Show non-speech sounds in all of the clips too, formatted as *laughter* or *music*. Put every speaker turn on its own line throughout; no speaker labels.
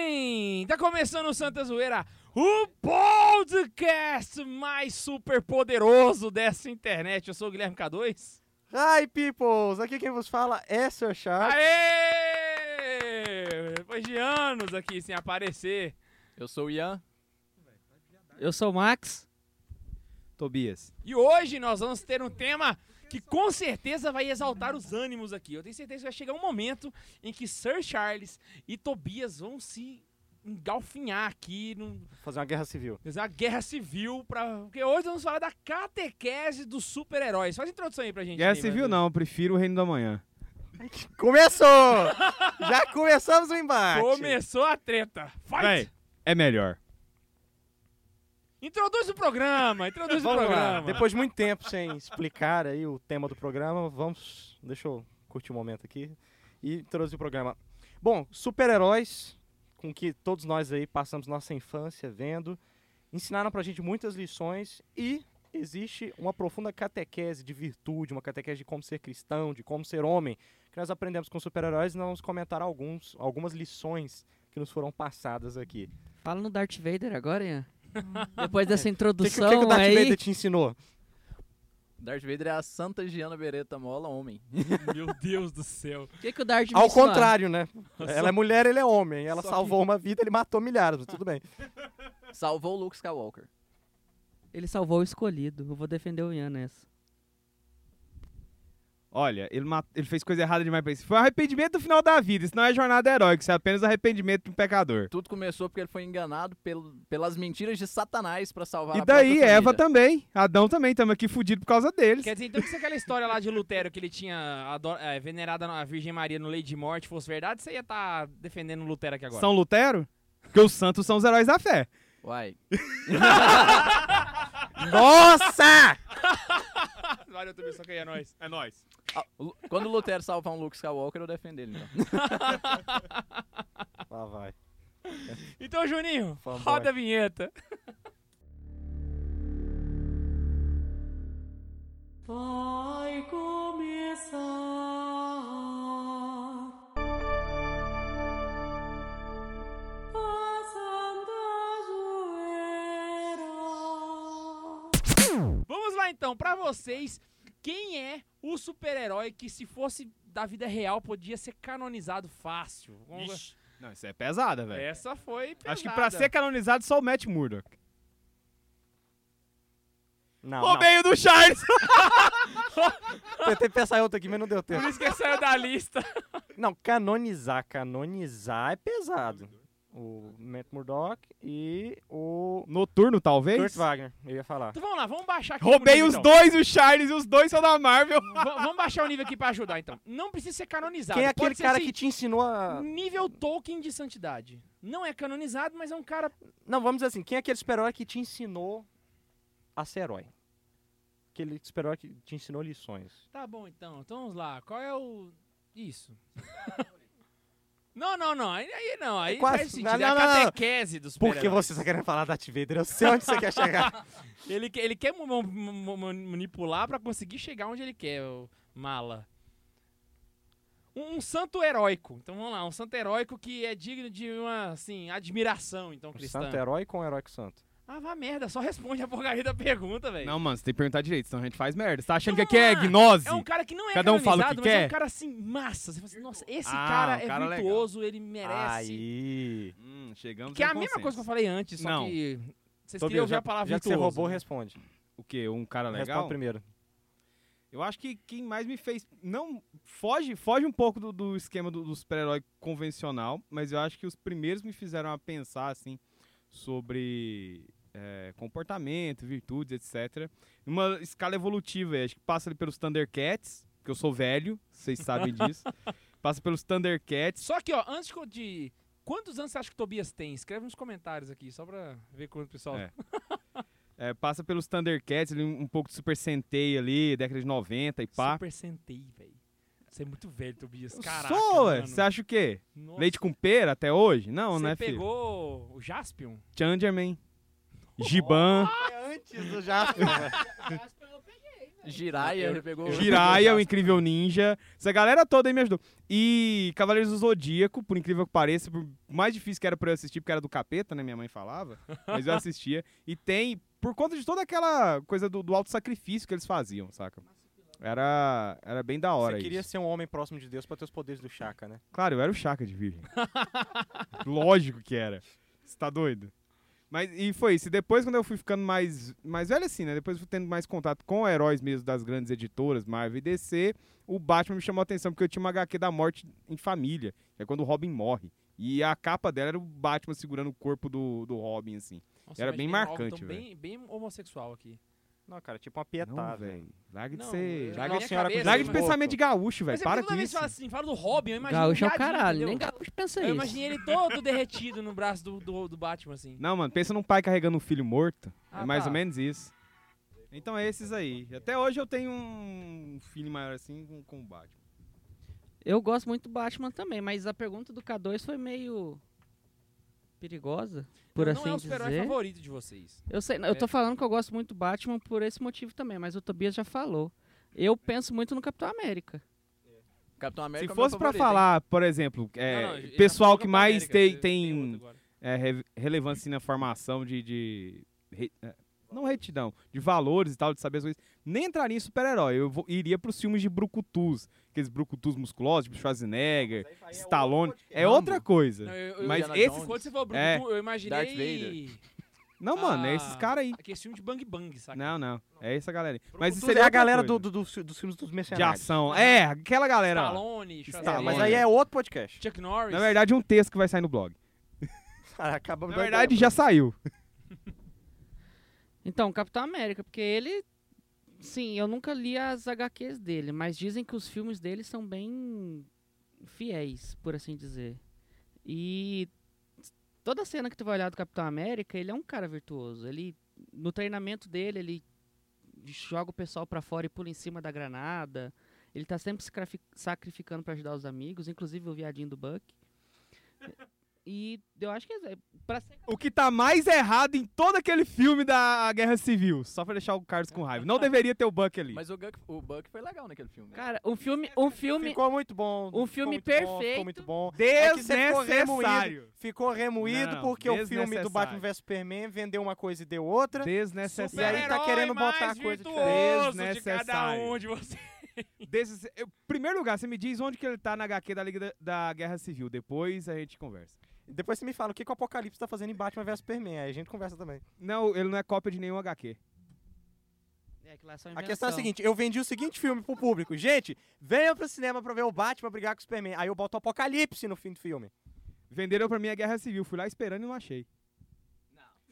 Sim, tá começando o Santa Zoeira, o podcast mais super poderoso dessa internet. Eu sou o Guilherme K2.
Hi, peoples! Aqui quem vos fala é Sir Shark.
Aê! Depois de anos aqui sem aparecer.
Eu sou o Ian.
Eu sou o Max.
Tobias.
E hoje nós vamos ter um tema que com certeza vai exaltar os ânimos aqui. Eu tenho certeza que vai chegar um momento em que Sir Charles e Tobias vão se engalfinhar aqui num,
Fazer uma guerra civil.
Mas é uma guerra civil pra. Porque hoje nós vamos falar da catequese dos super-heróis. Faz a introdução aí pra gente.
Guerra
aí,
Civil
Matheus.
não, eu prefiro o Reino da Manhã.
Começou! Já começamos o embate.
Começou a treta. Fight!
Vai. É melhor.
Introduz o programa, introduz o
Vamos lá.
programa.
Depois de muito tempo sem explicar aí o tema do programa, vamos... Deixa eu curtir o momento aqui e introduzir o programa. Bom, super-heróis, com que todos nós aí passamos nossa infância vendo, ensinaram pra gente muitas lições e existe uma profunda catequese de virtude, uma catequese de como ser cristão, de como ser homem, que nós aprendemos com super-heróis e nós vamos comentar alguns, algumas lições que nos foram passadas aqui.
Fala no Darth Vader agora, Ian. Depois dessa
O que, que,
introdução
o que o Darth
aí.
Vader te ensinou?
Darth Vader é a Santa Giana Beretta Mola Homem.
*laughs* Meu Deus do céu.
O que, que o Darth me
Ao
ensinou?
contrário, né? Ela é mulher, ele é homem. Ela
Só
salvou uma vida, ele matou milhares, mas tudo bem.
Salvou o Luke Skywalker.
Ele salvou o escolhido. Eu vou defender o Ian nessa.
Olha, ele, mat- ele fez coisa errada demais pra isso. Foi um arrependimento no final da vida, isso não é jornada heróica, isso é apenas arrependimento do pecador.
Tudo começou porque ele foi enganado pelo- pelas mentiras de Satanás pra salvar
e
a
daí,
própria
Eva tá-
família.
também, Adão também, estamos aqui fudidos por causa deles.
Quer dizer, então que se aquela história lá de Lutero que ele tinha ador- é, venerada a Virgem Maria no Lei de Morte fosse verdade, você ia estar defendendo o Lutero aqui agora.
São Lutero? Porque os santos são os heróis da fé.
Uai.
Nossa!
Valeu, também, só que é nóis.
É nós.
Ah, o Lu- Quando o Lutero salvar um Luke Skywalker, eu defendo ele.
*laughs*
Então.
*laughs* Lá vai.
Então, Juninho,
Fanboy.
roda a vinheta.
Vai começar a Santa Zoeira.
Vamos lá então, pra vocês, quem é o super-herói que se fosse da vida real podia ser canonizado fácil? Vamos-
Não, isso é pesada, velho.
Essa foi pesada.
Acho que pra ser canonizado só o Matt Murdock.
Não,
O
não.
meio do Charles!
Tentei pensar em outro aqui, mas não deu
Por
tempo.
isso que ele saiu da lista.
*laughs* Não, canonizar. Canonizar é pesado. O Matt Murdock e o
Noturno, talvez?
Kurt Wagner, eu ia falar.
Então vamos lá, vamos baixar aqui.
Roubei
o
os
nível, então.
dois, o Charles, e os dois são da Marvel.
Va- vamos baixar o nível aqui pra ajudar então. Não precisa ser canonizado.
Quem é aquele
Pode ser,
cara
assim,
que tá- te ensinou a...
Nível Tolkien de santidade. Não é canonizado, mas é um cara.
Não, vamos dizer assim, quem é aquele super-herói que te ensinou a ser herói? Aquele super-herói que te ensinou lições.
Tá bom então, então vamos lá. Qual é o.
*laughs*
Isso. Não, não, não. Aí, aí não. Aí
Quase.
faz sentido.
Não,
é
não,
a
não, não.
catequese dos
Porque
super-heróis.
você tá querendo falar da Darth Vader, eu sei onde você quer chegar.
Ele, que- ele quer mo- mo- mo- mo- manipular pra conseguir chegar onde ele quer, o mala. Um, um santo heróico. Então vamos lá, um santo heróico que é digno de uma, assim, admiração,
Um
então, *laughs*
O
cristã.
santo herói com o herói com o santo.
Ah, vá merda, só responde a porcaria da pergunta, velho.
Não, mano, você tem que perguntar direito, senão a gente faz merda. Você tá achando que
Então
aqui é
vamos lá.
gnose?
É. É um cara que não é
Cada um fala o que
canonizado, mas é um
quer.
cara assim, massa. Você fala assim, nossa, esse
Ah,
cara
um
é
cara legal.
virtuoso, ele merece.
Aí.
Hum, chegamos
Que é
a
a
um
mesma
consenso.
coisa que eu falei antes, só
Não.
que. Vocês
Tobias,
queriam ouvir
já-
a palavra né?
já que você
virtuoso.
roubou, responde.
O quê? Um cara legal?
Responde primeiro.
Eu acho que quem mais me fez... Não, foge, foge um pouco do, do esquema do, do super-herói convencional, mas eu acho que os primeiros me fizeram a pensar, assim, sobre é, comportamento, virtudes, etc. Numa escala evolutiva, aí, acho que passa ali pelos Thundercats, que eu sou velho, vocês
*laughs*
sabem disso. passa pelos Thundercats,
Só que, ó, antes que eu de. Quantos anos você acha que o Tobias tem? Escreve nos comentários aqui, só pra ver quanto o pessoal.
É. É, passa pelos Thundercats, ali, um um pouco de Super Sentai ali, década de 90 e pá.
Super sentei, velho. Você é muito velho, Tobias.
Eu
Caraca.
Sou, ué.
mano.
Você acha o quê?
Nossa.
Leite com pera até hoje? Não,
Você
né, filho?
pegou o Jaspion?
Changerman, Giban.
*laughs* antes do Jasper.
Jiraiya, ele pegou...
Jiraiya, o Incrível Ninja. Essa galera toda aí me ajudou. E Cavaleiros do Zodíaco, por incrível que pareça, por mais difícil que era pra eu assistir, porque era do capeta, né? Minha mãe falava. Mas eu assistia. E tem, por conta de toda aquela coisa do, do alto sacrifício que eles faziam, saca? Era, era bem da hora
Você queria
isso.
ser um homem próximo de Deus pra ter os poderes do Chaka, né?
Claro, eu era o Chaka de virgem. *laughs* Lógico que era. Você tá doido? Mas, e foi isso. E depois, quando eu fui ficando mais, mais velho, assim, né? Depois eu fui tendo mais contato com heróis mesmo das grandes editoras, Marvel e DC, o Batman me chamou a atenção porque eu tinha uma HQ da morte em família, que é quando o Robin morre. E a capa dela era o Batman segurando o corpo do, do Robin, assim.
Nossa,
Era
eu
bem
imaginei um
marcante,
Alton
velho.
bem, bem homossexual aqui.
Não, cara, tipo uma
Não,
pietada.
velho. Larga de
Não,
ser.
eu-
Larga,
minha
Nossa Senhora com
cabeça,
larga de
mas-
pensamento de gaúcho, velho.
Mas é
Para
porque
com
toda vez que
isso.
fala assim, fala do Robin, eu imagino.
Gaúcho é
um
o caralho,
viadinho,
nem
entendeu?
gaúcho pensa
Eu
isso.
imaginei ele todo derretido no braço do, do, do Batman, assim.
Não, mano, pensa num pai carregando um filho morto. é
Ah,
mais
tá.
ou menos isso. Então é esses aí. Até hoje eu tenho um filho maior assim com, com o Batman.
Eu gosto muito do Batman também, mas a pergunta do K2 foi meio perigosa, por
não
assim
é o super-herói
dizer.
favorito de vocês.
Eu sei, eu tô falando que eu gosto muito do Batman por esse motivo também, mas o Tobias já falou. Eu penso muito no Capitão América.
Capitão América
Se
é o meu
fosse pra
favorito, hein?
falar, por exemplo, é,
Não, não, ele já
pessoal
falou
que
Capitão
mais
América,
tem,
você
tem,
outro agora.
é, re- relevância assim, na formação de. de re- é, não retidão, de valores e tal, de saber as coisas. Nem entraria em super-herói. Eu vou- iria pros filmes de brucutus. Aqueles brucutus musculosos, tipo Schwarzenegger, Stallone. É
Não,
outra
mano.
coisa.
Não, eu- eu-
Mas
Indiana
esses.
Jones.
Quando você falou Bruto,
É.
eu
Darth
imaginei...
Vader.
Não, mano, é esses
ah,
caras aí.
Aquele filme de Bang Bang, saca?
Não, não. É essa galera aí. Mas
Mas
isso
seria a
outra
galera
coisa.
do, do- dos- dos filmes dos
De
mercenários.
ação. É, aquela galera. lá.
Stallone,
É,
Schwarzenegger,
mas
Stallone.
aí é outro *laughs* podcast.
Chuck Norris.
Na verdade, é um texto que vai sair no blog.
Acabamos
Na
da
verdade,
ideia,
já
pô.
saiu.
Então, Capitão América, porque ele. Sim, eu nunca li as HQs dele, mas dizem que os filmes dele são bem fiéis, por assim dizer. E toda cena que tu vai olhar do Capitão América, ele é um cara virtuoso. Ele no treinamento dele, ele joga o pessoal pra fora e pula em cima da granada. Ele tá sempre se crafi- sacrificando pra ajudar os amigos, inclusive o viadinho do Buck. E eu acho que é para ser
O que tá mais errado em todo aquele filme da Guerra Civil. Só pra deixar o Carlos com raiva. Não deveria ter o Buck ali.
Mas o Buck, o Buck foi legal naquele filme. né?
Cara, um filme, um filme
Ficou muito bom. ficou
Um filme
muito bom,
perfeito.
Ficou muito bom. É que você ficou
Desnecessário.
Ficou remoído
Não,
porque o filme do
desnecessário.
Batman vs Superman vendeu uma coisa e deu outra. E
Desnecessário.
aí tá querendo botar
diferente.
coisa
né,
de cada
Desnecessário.
um de vocês.
Desnecess- eu- Primeiro lugar, você me diz onde que ele tá na HQ da Liga da, da Guerra Civil. Depois a gente conversa.
Depois você me fala o que, que o Apocalipse tá fazendo em Batman vs Superman. Aí a gente conversa também.
Não, ele não é cópia de nenhum HQ.
É, que lá é só
A questão é a
invenção.
seguinte: eu vendi o seguinte filme pro público. Gente, venham pro cinema pra ver o Batman brigar com o Superman. Aí eu boto o Apocalipse no fim do filme.
Venderam pra mim a Guerra Civil. Fui lá esperando e não achei.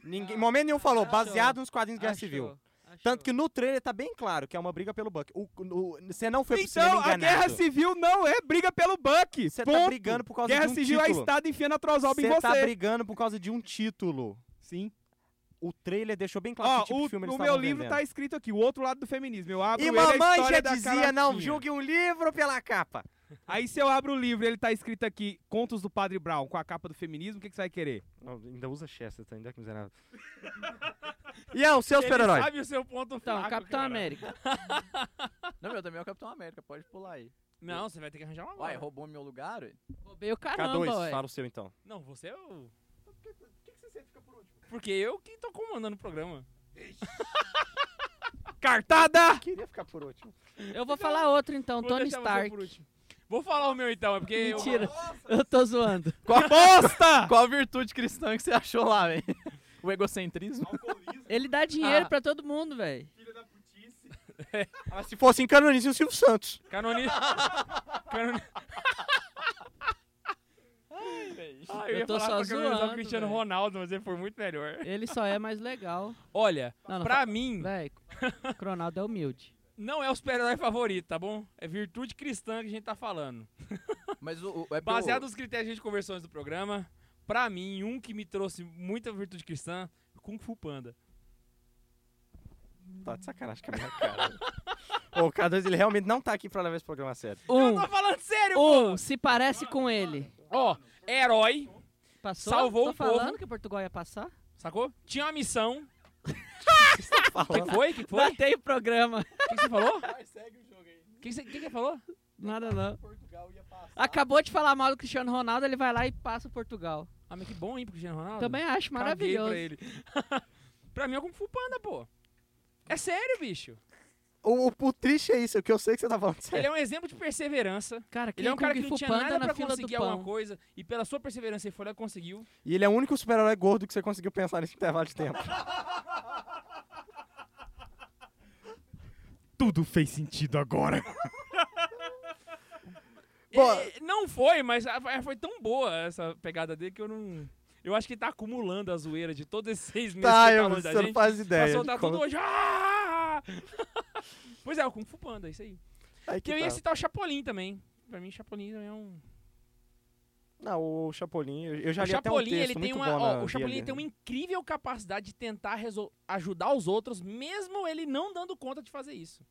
Ninguém, em momento nenhum falou,
Ah,
Achou.
baseado nos quadrinhos de Guerra
Achou,
Civil.
achou.
Tanto que no trailer tá bem claro que é uma briga pelo Buck. O- o- Você não foi pro cinema
então, a
enganado.
Guerra Civil não é briga pelo Buck.
Você tá
Ponto.
brigando por causa
Guerra
de um
Civil é
título.
Estado enfiando a trozoba em
Você
você.
tá brigando por causa de um título.
Sim.
O trailer deixou bem claro
Ó,
que tipo
o,
de filme eles
o meu
estavam
livro
vendendo.
tá escrito aqui, o outro lado do feminismo. Eu abro
E
ele, é a
mamãe já
história da
dizia, não,
Caratinha.
julgue um livro pela capa.
Aí se eu abro o livro e ele tá escrito aqui, Contos do Padre Brown, com a capa do feminismo, o que, que você vai querer?
ainda usa Chesterton, ainda é que miserável. e é o seu super-herói.
sabe o seu ponto
Então,
fraco,
Capitão
cara. *laughs*
América.
Não, meu também é o Capitão América, pode pular aí.
Não, você vai ter que arranjar uma
Uai,
agora.
roubou meu lugar? ué?
Roubei o
Ah,
caramba,
K2,
ué.
fala o seu então.
Não, você é o... Por que você sempre fica por último? Porque eu que tô comandando o programa.
Cartada!
Queria ficar por último.
Eu vou falar outro então,
Vou
Tony
deixar você
Stark.
por último. Vou falar o meu então, é porque... eu-
Mentira, eu
*laughs*
tô zoando.
Que bosta!
Qual virtude cristã que você achou lá, velho? *laughs* O egocentrismo?
Ele
tá
dá dinheiro
Ah.
pra todo mundo, velho.
Mas Ah, se fosse em canonice, o Silvio Santos.
Canonista. Canoni... Ah, eu,
Eu
ia
tô
falar
só
pra canonizar o
zoando,
Cristiano
velho.
Ronaldo, mas ele foi muito melhor. Né?
Ele só é mais legal.
Olha,
Não, não,
pra
fala-
mim,
Velho, Cronaldo é humilde.
não é o super-herói favorito, tá bom? É virtude cristã que a gente tá falando.
Mas o, o é porque
Baseado
o-
nos critérios que a gente conversou antes do programa, pra mim, um que me trouxe muita virtude cristã, Kung Fu Panda.
Tá de sacanagem com a minha cara. Ô, o K2, ele realmente não tá aqui pra levar esse programa a sério.
Eu
Um,
tô falando sério,
um, se parece com ele.
Ó, herói,
Passou?
Salvou
tô
o povo.
falando que Portugal ia passar?
*laughs* sacou? Tinha uma missão, que tá foi? que foi? O
Matei o programa.
que você falou? O que você que que falou?
Nada não. Acabou de falar mal do Cristiano Ronaldo, ele vai lá e passa o Portugal.
Ah, mas que bom, hein, pro Cristiano Ronaldo.
Também
Caguei
acho maravilhoso.
Pra, ele. *laughs* pra mim é como Fupanda, pô. É sério, bicho.
O, o, o triste é isso, é que eu sei que você tá falando sério.
Ele é um exemplo de perseverança.
Cara, quem
Ele é um
Kung
cara que
Fu
não tinha
Panda
nada
na
pra
fila
conseguir
do pão.
alguma coisa e pela sua perseverança ele foi lá e conseguiu.
E ele é o único super-herói gordo que você conseguiu pensar nesse intervalo de tempo.
Tudo fez sentido agora.
Pô.
É, não foi, mas a- a- foi tão boa essa pegada dele que eu não. Eu acho que tá acumulando a zoeira de todos esses seis meses
*laughs* tá,
que
eu,
tá longe
você
da
não
gente.
faz
Pra
ideia.
soltar
de como-
tudo hoje. Ah! *laughs* pois é, o Kung Fu Panda, isso aí.
Aí que
Que eu ia
tá.
citar o Chapolin também. Pra mim, Chapolin também é um.
Não, o Chapolin, eu eu já
o
li
Chapolin,
até um texto
ele tem
muito
uma,
bom
ó,
na
o Chapolin
Bíblia.
ele tem um uma incrível capacidade de tentar resol- ajudar os outros, mesmo ele não dando conta de fazer isso.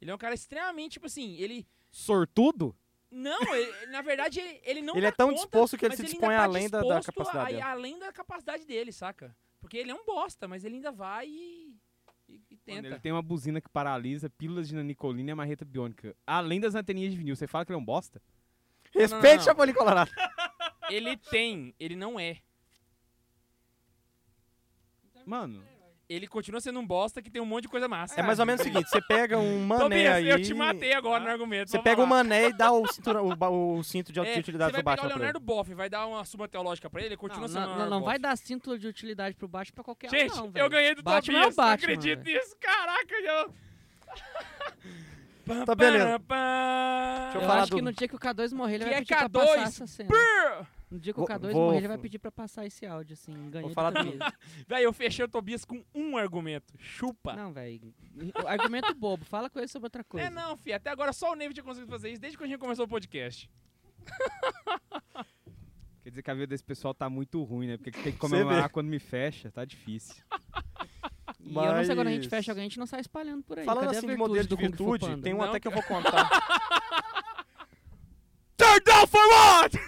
Ele é um cara extremamente, tipo assim, ele
Sortudo?
não, ele- *laughs* na verdade ele, ele não
Ele
dá
é tão
conta,
disposto que ele
mas
se
ainda
dispõe
tá
além da-
disposto
da
a-
capacidade é. dele.
a- além da capacidade dele, saca? Porque ele é um bosta, mas ele ainda vai e, e- e
Mano,
tenta.
ele tem uma buzina que paralisa, pílulas de nanicolina e a marreta biônica. Além das anteninhas de vinil, você fala que ele é um bosta?
Respeite
Não, não, não.
Chapolin Colorado.
Ele tem, ele não é.
Mano,
Ele continua sendo um bosta que tem um monte de coisa massa.
É mais ou menos o seguinte, você pega um mané
*laughs* Tobias,
aí...
eu te matei agora no argumento.
Você
pode
pega o
falar.
mané e dá o, cintura- o ba- o cinto de
É,
de utilidade
você
do
vai pegar o
Batman pra
Leonardo
ele.
Boff, vai dar uma suma teológica pra ele, ele continua
Não,
sendo
não,
Leonardo
não vai
Boff.
dar cinto de utilidade pro baixo pra qualquer
Gente,
um, não,
eu
velho.
ganhei do
Batman é o
Tobias, não
Batman,
acredito
velho.
nisso, caraca, eu...
*laughs* Tá, beleza.
Deixa
Deixa
eu
eu
Eu
falar.
falar
acho
do-
que no dia que o K2 morrer, ele
Que
vai
é
pedir pra
K2,
passar essa cena. No dia que o
Vou-
K2
vou-
morrer, ele vai pedir pra passar esse áudio, assim. Ganhei
Vou
do
falar do-
Tobias.
Véi, eu fechei o Tobias com um argumento. Chupa.
Não, velho. Argumento bobo. Fala com ele sobre outra coisa.
É não, fi. Até agora só o Neve tinha conseguido fazer isso desde que a gente começou o podcast.
quer dizer que a vida desse pessoal tá muito ruim, né? Porque tem que
Você vê.
comemorar quando me fecha, tá difícil.
E eu não sei quando a gente
Mas-
fecha alguém, a gente não sai espalhando por aí.
Falando
Cadê a
assim de
virtude
modelo de
do Kung Fu
virtude,
Panda?
tem um
Não,
até que eu vou
*laughs*
contar.
Turn down for what?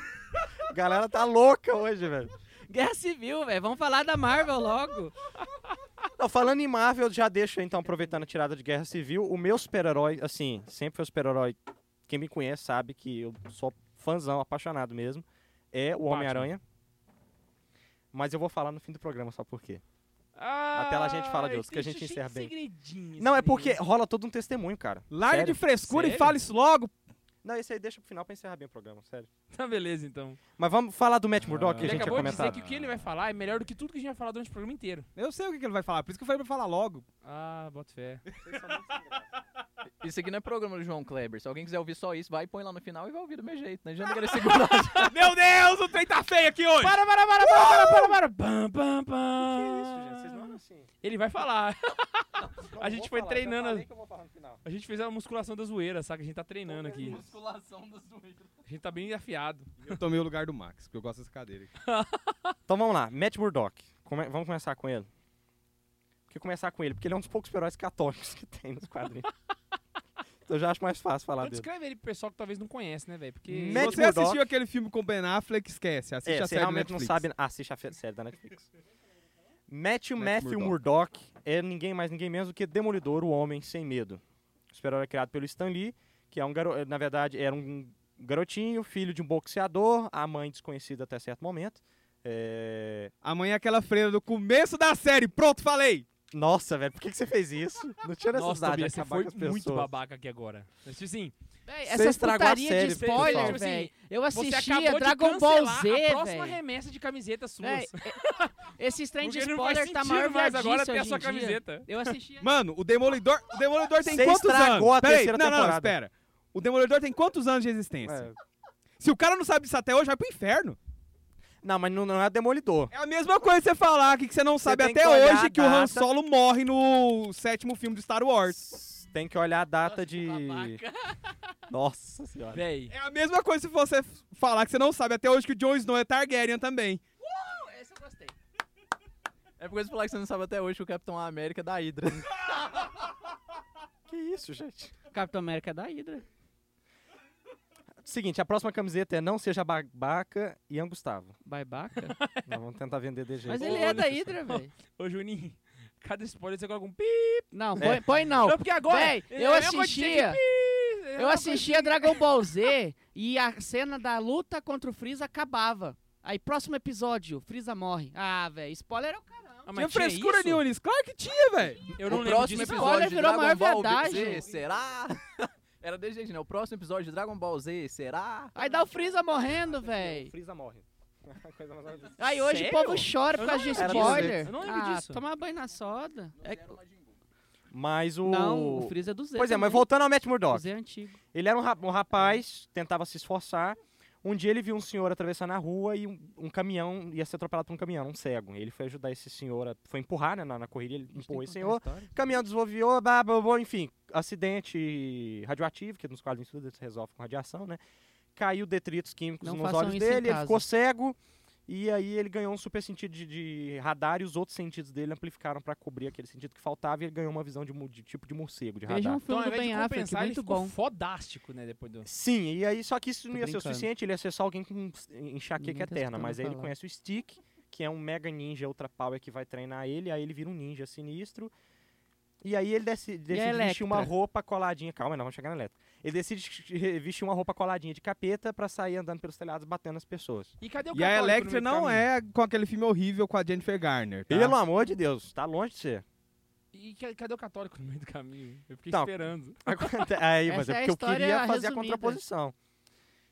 A *laughs* galera tá louca hoje, velho.
*laughs* Guerra Civil, velho. Vamos falar da Marvel logo.
Não, falando em Marvel, eu já deixo, então, aproveitando a tirada de Guerra Civil, o meu super-herói, assim, sempre foi o super-herói. Quem me conhece sabe que eu sou fãzão, apaixonado mesmo. É o Homem-Aranha. Mas eu vou falar no fim do programa só por quê. Até lá a gente fala de
Ai,
outros, que a
tem
gente
cheio de
encerra bem.
segredinho esse
Não, é
menino.
porque rola todo um testemunho, cara.
Larga
Sério.
de frescura
Sério?
e fala isso logo.
Não, esse aí deixa pro final pra encerrar bem o programa, sério.
Tá, beleza, então.
Mas vamos falar do Matt Murdock que a
Ele
gente tinha
acabou de dizer
comentado.
que o que ele vai falar é melhor do que tudo que a gente vai falar durante o programa inteiro.
Eu sei o que que ele vai falar, por isso que eu falei pra falar logo.
Ah, bota fé.
Isso aqui não é programa do João Kleber. Se alguém quiser ouvir só isso, vai e põe lá no final e vai ouvir do meu jeito. né? Não adianta querer segurar.
*laughs*
Meu Deus, o trem tá feio aqui hoje.
Para, para, para, para, para, para, para. Pam, pam, pam.
é assim.
Ele vai falar. *laughs*
Não,
A gente
vou
foi
falar, já
treinando
falei
as-
que eu vou falar no final.
*laughs* A gente fez a musculação da zoeira, saca? A gente tá treinando aqui.
Musculação dos dois.
A gente tá bem afiado.
Eu tomei o lugar do Max, porque eu gosto dessa cadeira aqui.
Então vamos lá, Matt Murdock. Come- Vamos começar com ele. Por que começar com ele? Porque ele é um dos poucos heróis católicos que tem nos quadrinhos. então eu já acho mais fácil falar
Então
dele.
descreve ele pro pessoal que talvez não conhece, né, velho? Porque.
Se
Matt
você
Murdock-
assistiu aquele filme com Ben Affleck, esquece. Assiste
É,
a
você
série
realmente não
Netflix.
sabe. Assiste a fe- série da Netflix. Matthew,
Matt
Matthew Murdock. é ninguém mais, ninguém menos do que Demolidor, o Homem Sem Medo. O super-herói criado pelo Stan Lee, que é um garo... eh, na verdade era um garotinho, filho de um boxeador, a mãe desconhecida até certo momento. É,
Amanhã é aquela freira do começo da série. Pronto, falei.
Nossa, velho, por que, que você fez isso? Não tinha
*laughs* Nossa,
necessidade
Tobias,
de
você
acabar
foi
com as pessoas.
muito babaca aqui agora. Mas, tipo Assim,
Você
Essa
estragou a
putaria
série,
de spoiler,
pessoal.
velho. Eu
você
assistia
acabou
Dragon
de
Ball
cancelar
Z,
a próxima
velho.
remessa de camisetas
Véi,
suas.
é- Esse trem de
Porque não faz
spoiler tá
sentido
maior
mais agora ter
hoje
a sua
em dia.
camiseta.
Eu assistia...
Mano, o Demolidor, o Demolidor tem
Você
quantos
estragou
anos?
a terceira
não, Não, não,
temporada.
espera. O Demolidor tem quantos anos de existência?
É.
Se o cara não sabe disso até hoje, vai pro inferno.
Não, mas não, não é Demolidor.
É a mesma coisa você falar aqui que você não sabe
tem
até
que olhar
hoje
a
que o Han
data.
Solo morre no sétimo filme do Star Wars.
Tem que olhar a data de. Nossa senhora.
Véi.
É a mesma coisa se você f- falar que você não sabe até hoje que o Jon Snow é Targaryen também.
Esse eu gostei.
É por coisa de falar que você não sabe até hoje que o Capitão América é da Hydra.
Que isso, gente?
Capitão América é da Hydra.
Seguinte, a próxima camiseta é Não Seja Babaca, Ian Gustavo.
Baibaca.
*laughs*
*laughs*
Nós vamos tentar vender de jeito.
Mas ele
Olha
é da
isso.
Hydra, velho.
Ô, Juninho, Cada spoiler você coloca um pi.
Não, põe, põe não.
Não, porque agora.
Véi,
é
eu
a mesma coisa de dizer
assistia.
que pi, é a
Eu
mesma coisa.
assistia Dragon Ball Z e a cena da luta contra o Freeza acabava. Aí, próximo episódio, Freeza morre. Ah, velho, spoiler é o caramba.
Ah, mas
Tinha
tinha
frescura
isso?
nenhuma nisso. Claro que tinha, velho.
Eu não
o
lembro
próximo
disso.
episódio
Olha,
de
virou a maior
Dragon Ball Z,
verdade.
será? *laughs* Era desse jeito, né? O próximo episódio de Dragon Ball Z, será?
Aí dá o Freeza morrendo, velho.
Freeza morre. *laughs* Coisa mais ou menos isso.
Aí hoje o
Sério?
povo chora por
Eu
causa
não
de
lembro
disso.
spoiler.
Eu não lembro
ah,
disso.
Tomar banho na soda. É-
Mas o.
Não, o Freeza é do Z.
Pois é,
também.
mas voltando ao Matt
O
Murdock.
Z é antigo.
Ele era um, ra- um rapaz, tentava se esforçar. Um dia ele viu um senhor atravessando a rua e um, um caminhão ia ser atropelado por um caminhão, um cego. Ele foi ajudar esse senhor, a- foi empurrar né, na, na corrida, ele
A gente
empurrou
tem
esse
que
senhor.
contar a história.
O caminhão desvoviou, blá, blá, blá, enfim, acidente radioativo, que nos quadrinhos tudo se resolve com radiação, né? Caiu detritos químicos
Não
nos
façam
olhos
isso em
dele, ele
casa.
ficou cego. E aí ele ganhou um super sentido de, de radar e os outros sentidos dele amplificaram pra cobrir aquele sentido que faltava e ele ganhou uma visão de, mu- de tipo de morcego, de radar.
Veja um
Então, ao
filme do
invés de
Ben Affleck,
compensar, ele
muito
ficou
bom.
fodástico, né? Depois do.
Sim, e aí só que isso
Tô
não ia ser o
brincando.
suficiente, ele ia ser só alguém com enxaqueca
Ninguém tá
eterna, mas aí
escutando
ele
falar.
conhece o Stick, que é um mega ninja ultra power que vai treinar ele, aí ele vira um ninja sinistro. E aí ele deci- decide vestir
Electra?
uma roupa coladinha. Calma, não, vamos chegar na Electra. Ele decide vestir uma roupa coladinha de capeta pra sair andando pelos telhados batendo as pessoas.
E cadê o
E a
católico no
Electra
meio do
não
caminho?
é com aquele filme horrível com a Jennifer Garner, tá?
Pelo amor de Deus, tá longe de ser.
E ca- cadê o católico no meio do caminho? Eu fiquei
Tá.
esperando.
Aconte- aí, mas
Essa
é
é a
porque eu queria
história
fazer a
resumida.
contraposição.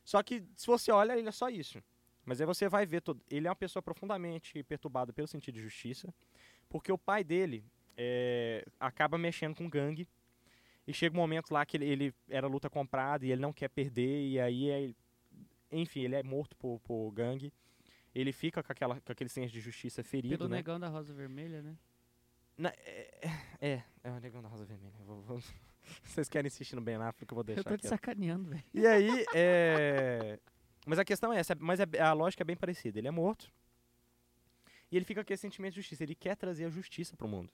Só que se você olha, ele é só isso. Mas aí você vai ver todo. Ele é uma pessoa profundamente perturbada pelo sentido de justiça, porque o pai dele é, acaba mexendo com gangue. E chega um momento lá que ele, ele era luta comprada e ele não quer perder, e aí é- enfim, ele é morto por, por gangue. Ele fica com, aquela, com aquele senso de justiça ferido,
Pelo
né?
negão da Rosa Vermelha, né?
Na- é, é, é o Negão da Rosa Vermelha. Eu vou- *laughs* vou- Vocês querem insistir no Ben Affleck, eu vou deixar
Eu tô te
quieto.
sacaneando, velho.
E aí, é... Mas a questão é essa, mas é- a lógica é bem parecida. Ele é morto e ele fica com esse sentimento de justiça. Ele quer trazer a justiça pro mundo.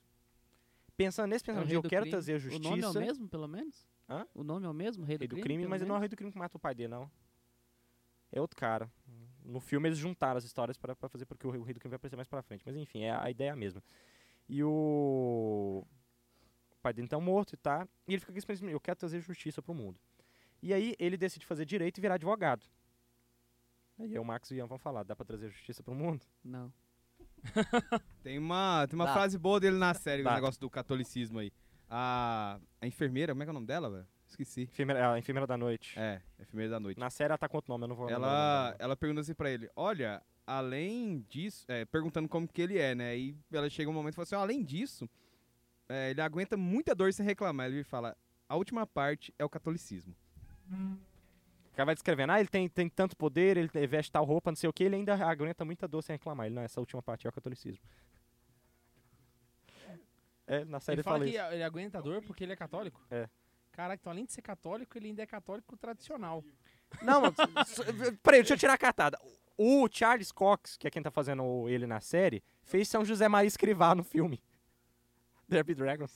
Pensando nesse pensamento de
rei
eu
do
quero
crime.
trazer a
É O nome é o
justiça, rei
mesmo, pelo menos?
Hã?
O nome é o mesmo? Rei do,
do crime, mas ele
pelo
não é o
menos?
rei do crime que mata o pai dele, não. É outro cara. No filme eles juntaram as histórias pra pra fazer porque o rei, o rei do crime vai aparecer mais pra frente. Mas enfim, é, a ideia é a mesma. E o... o pai dele tá morto e tá. E ele fica com esse pensamento, eu quero trazer justiça pro mundo. E aí ele decide fazer direito e virar advogado. Aí o Max e o Ian vão falar, dá pra trazer justiça pro mundo?
Não.
Tem uma, tem uma
Tá.
frase boa dele na série, o
Tá.
negócio do catolicismo aí. A, a enfermeira, como é que é o nome dela, velho? Esqueci.
Enfermeira- a enfermeira da noite.
É, a enfermeira da noite.
Na série ela tá com outro nome, eu não vou lembrar o nome
Ela,
dela.
ela pergunta assim pra ele, olha, além disso... É, perguntando como que ele é, né? E ela chega um momento e fala assim, ó, além disso, é, ele aguenta muita dor sem reclamar. Ele fala, a última parte é o catolicismo.
O cara vai descrevendo, ah, ele tem, tem tanto poder, ele te- veste tal roupa, não sei o que, ele ainda aguenta muita dor sem reclamar. Ele, não, essa última parte é o catolicismo. É, na série
Ele
ele
fala
fala
que
isso.
ele aguenta dor porque ele é católico?
É.
Caraca, então além de ser católico, ele ainda é católico tradicional.
Não, mas, s- peraí, deixa eu tirar a cartada. O Charles Cox, que é quem tá fazendo o- ele na série, fez São José Maria Escrivá no filme. *laughs* Derby Dragons.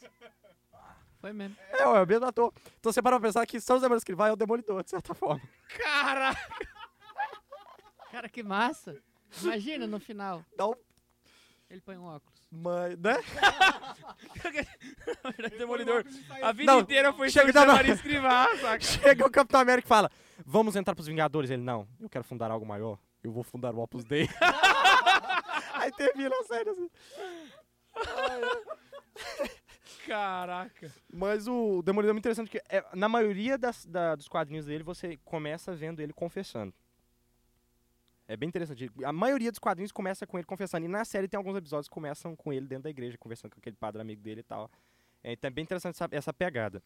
Foi mesmo.
É, ó, é o mesmo ator. Então você para pra pensar que São José Maria Escrivá é o Demolidor, de certa forma.
Cara!
Cara, que massa. Imagina no final.
Não,
Ele põe um óculos.
mas, né?
é
*laughs*
Demolidor. A vida
Não,
inteira foi
chega,
São José
não, não.
Maria Escrivá, saca?
Chega o Capitão América e fala: Vamos entrar pros Vingadores. Ele: Não, eu quero fundar algo maior. Eu vou fundar o Opus Dei. *laughs* Aí termina a série assim.
Caraca.
Mas o Demolidor é muito interessante porque é, na maioria das- da- dos quadrinhos dele você começa vendo ele confessando. É bem interessante. A maioria dos quadrinhos começa com ele confessando. E na série tem alguns episódios que começam com ele dentro da igreja, conversando com aquele padre amigo dele e tal. É, então é bem interessante essa, essa pegada.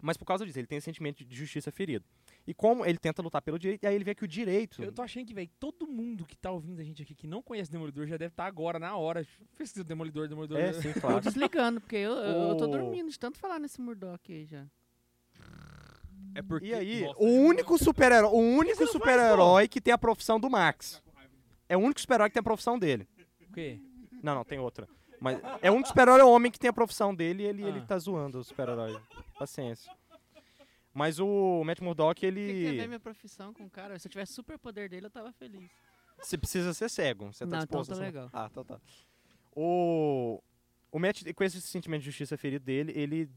Mas por causa disso, ele tem esse sentimento de justiça ferido. E como ele tenta lutar pelo direito, e aí ele vê que o direito.
Eu tô achando que, velho, todo mundo que tá ouvindo a gente aqui que não conhece Demolidor já deve estar agora, na hora. Pesquisa Demolidor, Demolidor.
É, sim,
Tô
claro.
desligando, porque eu, eu, eu tô
O-
dormindo de tanto falar nesse Murdock aí já.
É porque...
E aí,
Nossa,
o único super-herói, o único super-herói que tem a profissão do Max. É o único super-herói que tem a profissão dele.
um
O quê?
Não, não, tem outra. Mas é um super-herói homem que tem a profissão dele e ele, ele
Ah.
tá zoando o super-herói. Paciência. Mas o Matt Murdock,
Tem que é ver
ele.
minha profissão com o cara. Se eu tivesse super poder dele, eu tava feliz.
Você precisa ser cego. Você tá
Não, então
disposto
tá
a ser-
legal.
Ah, tá, tá. O. O Matt, com esse sentimento de justiça ferido dele, ele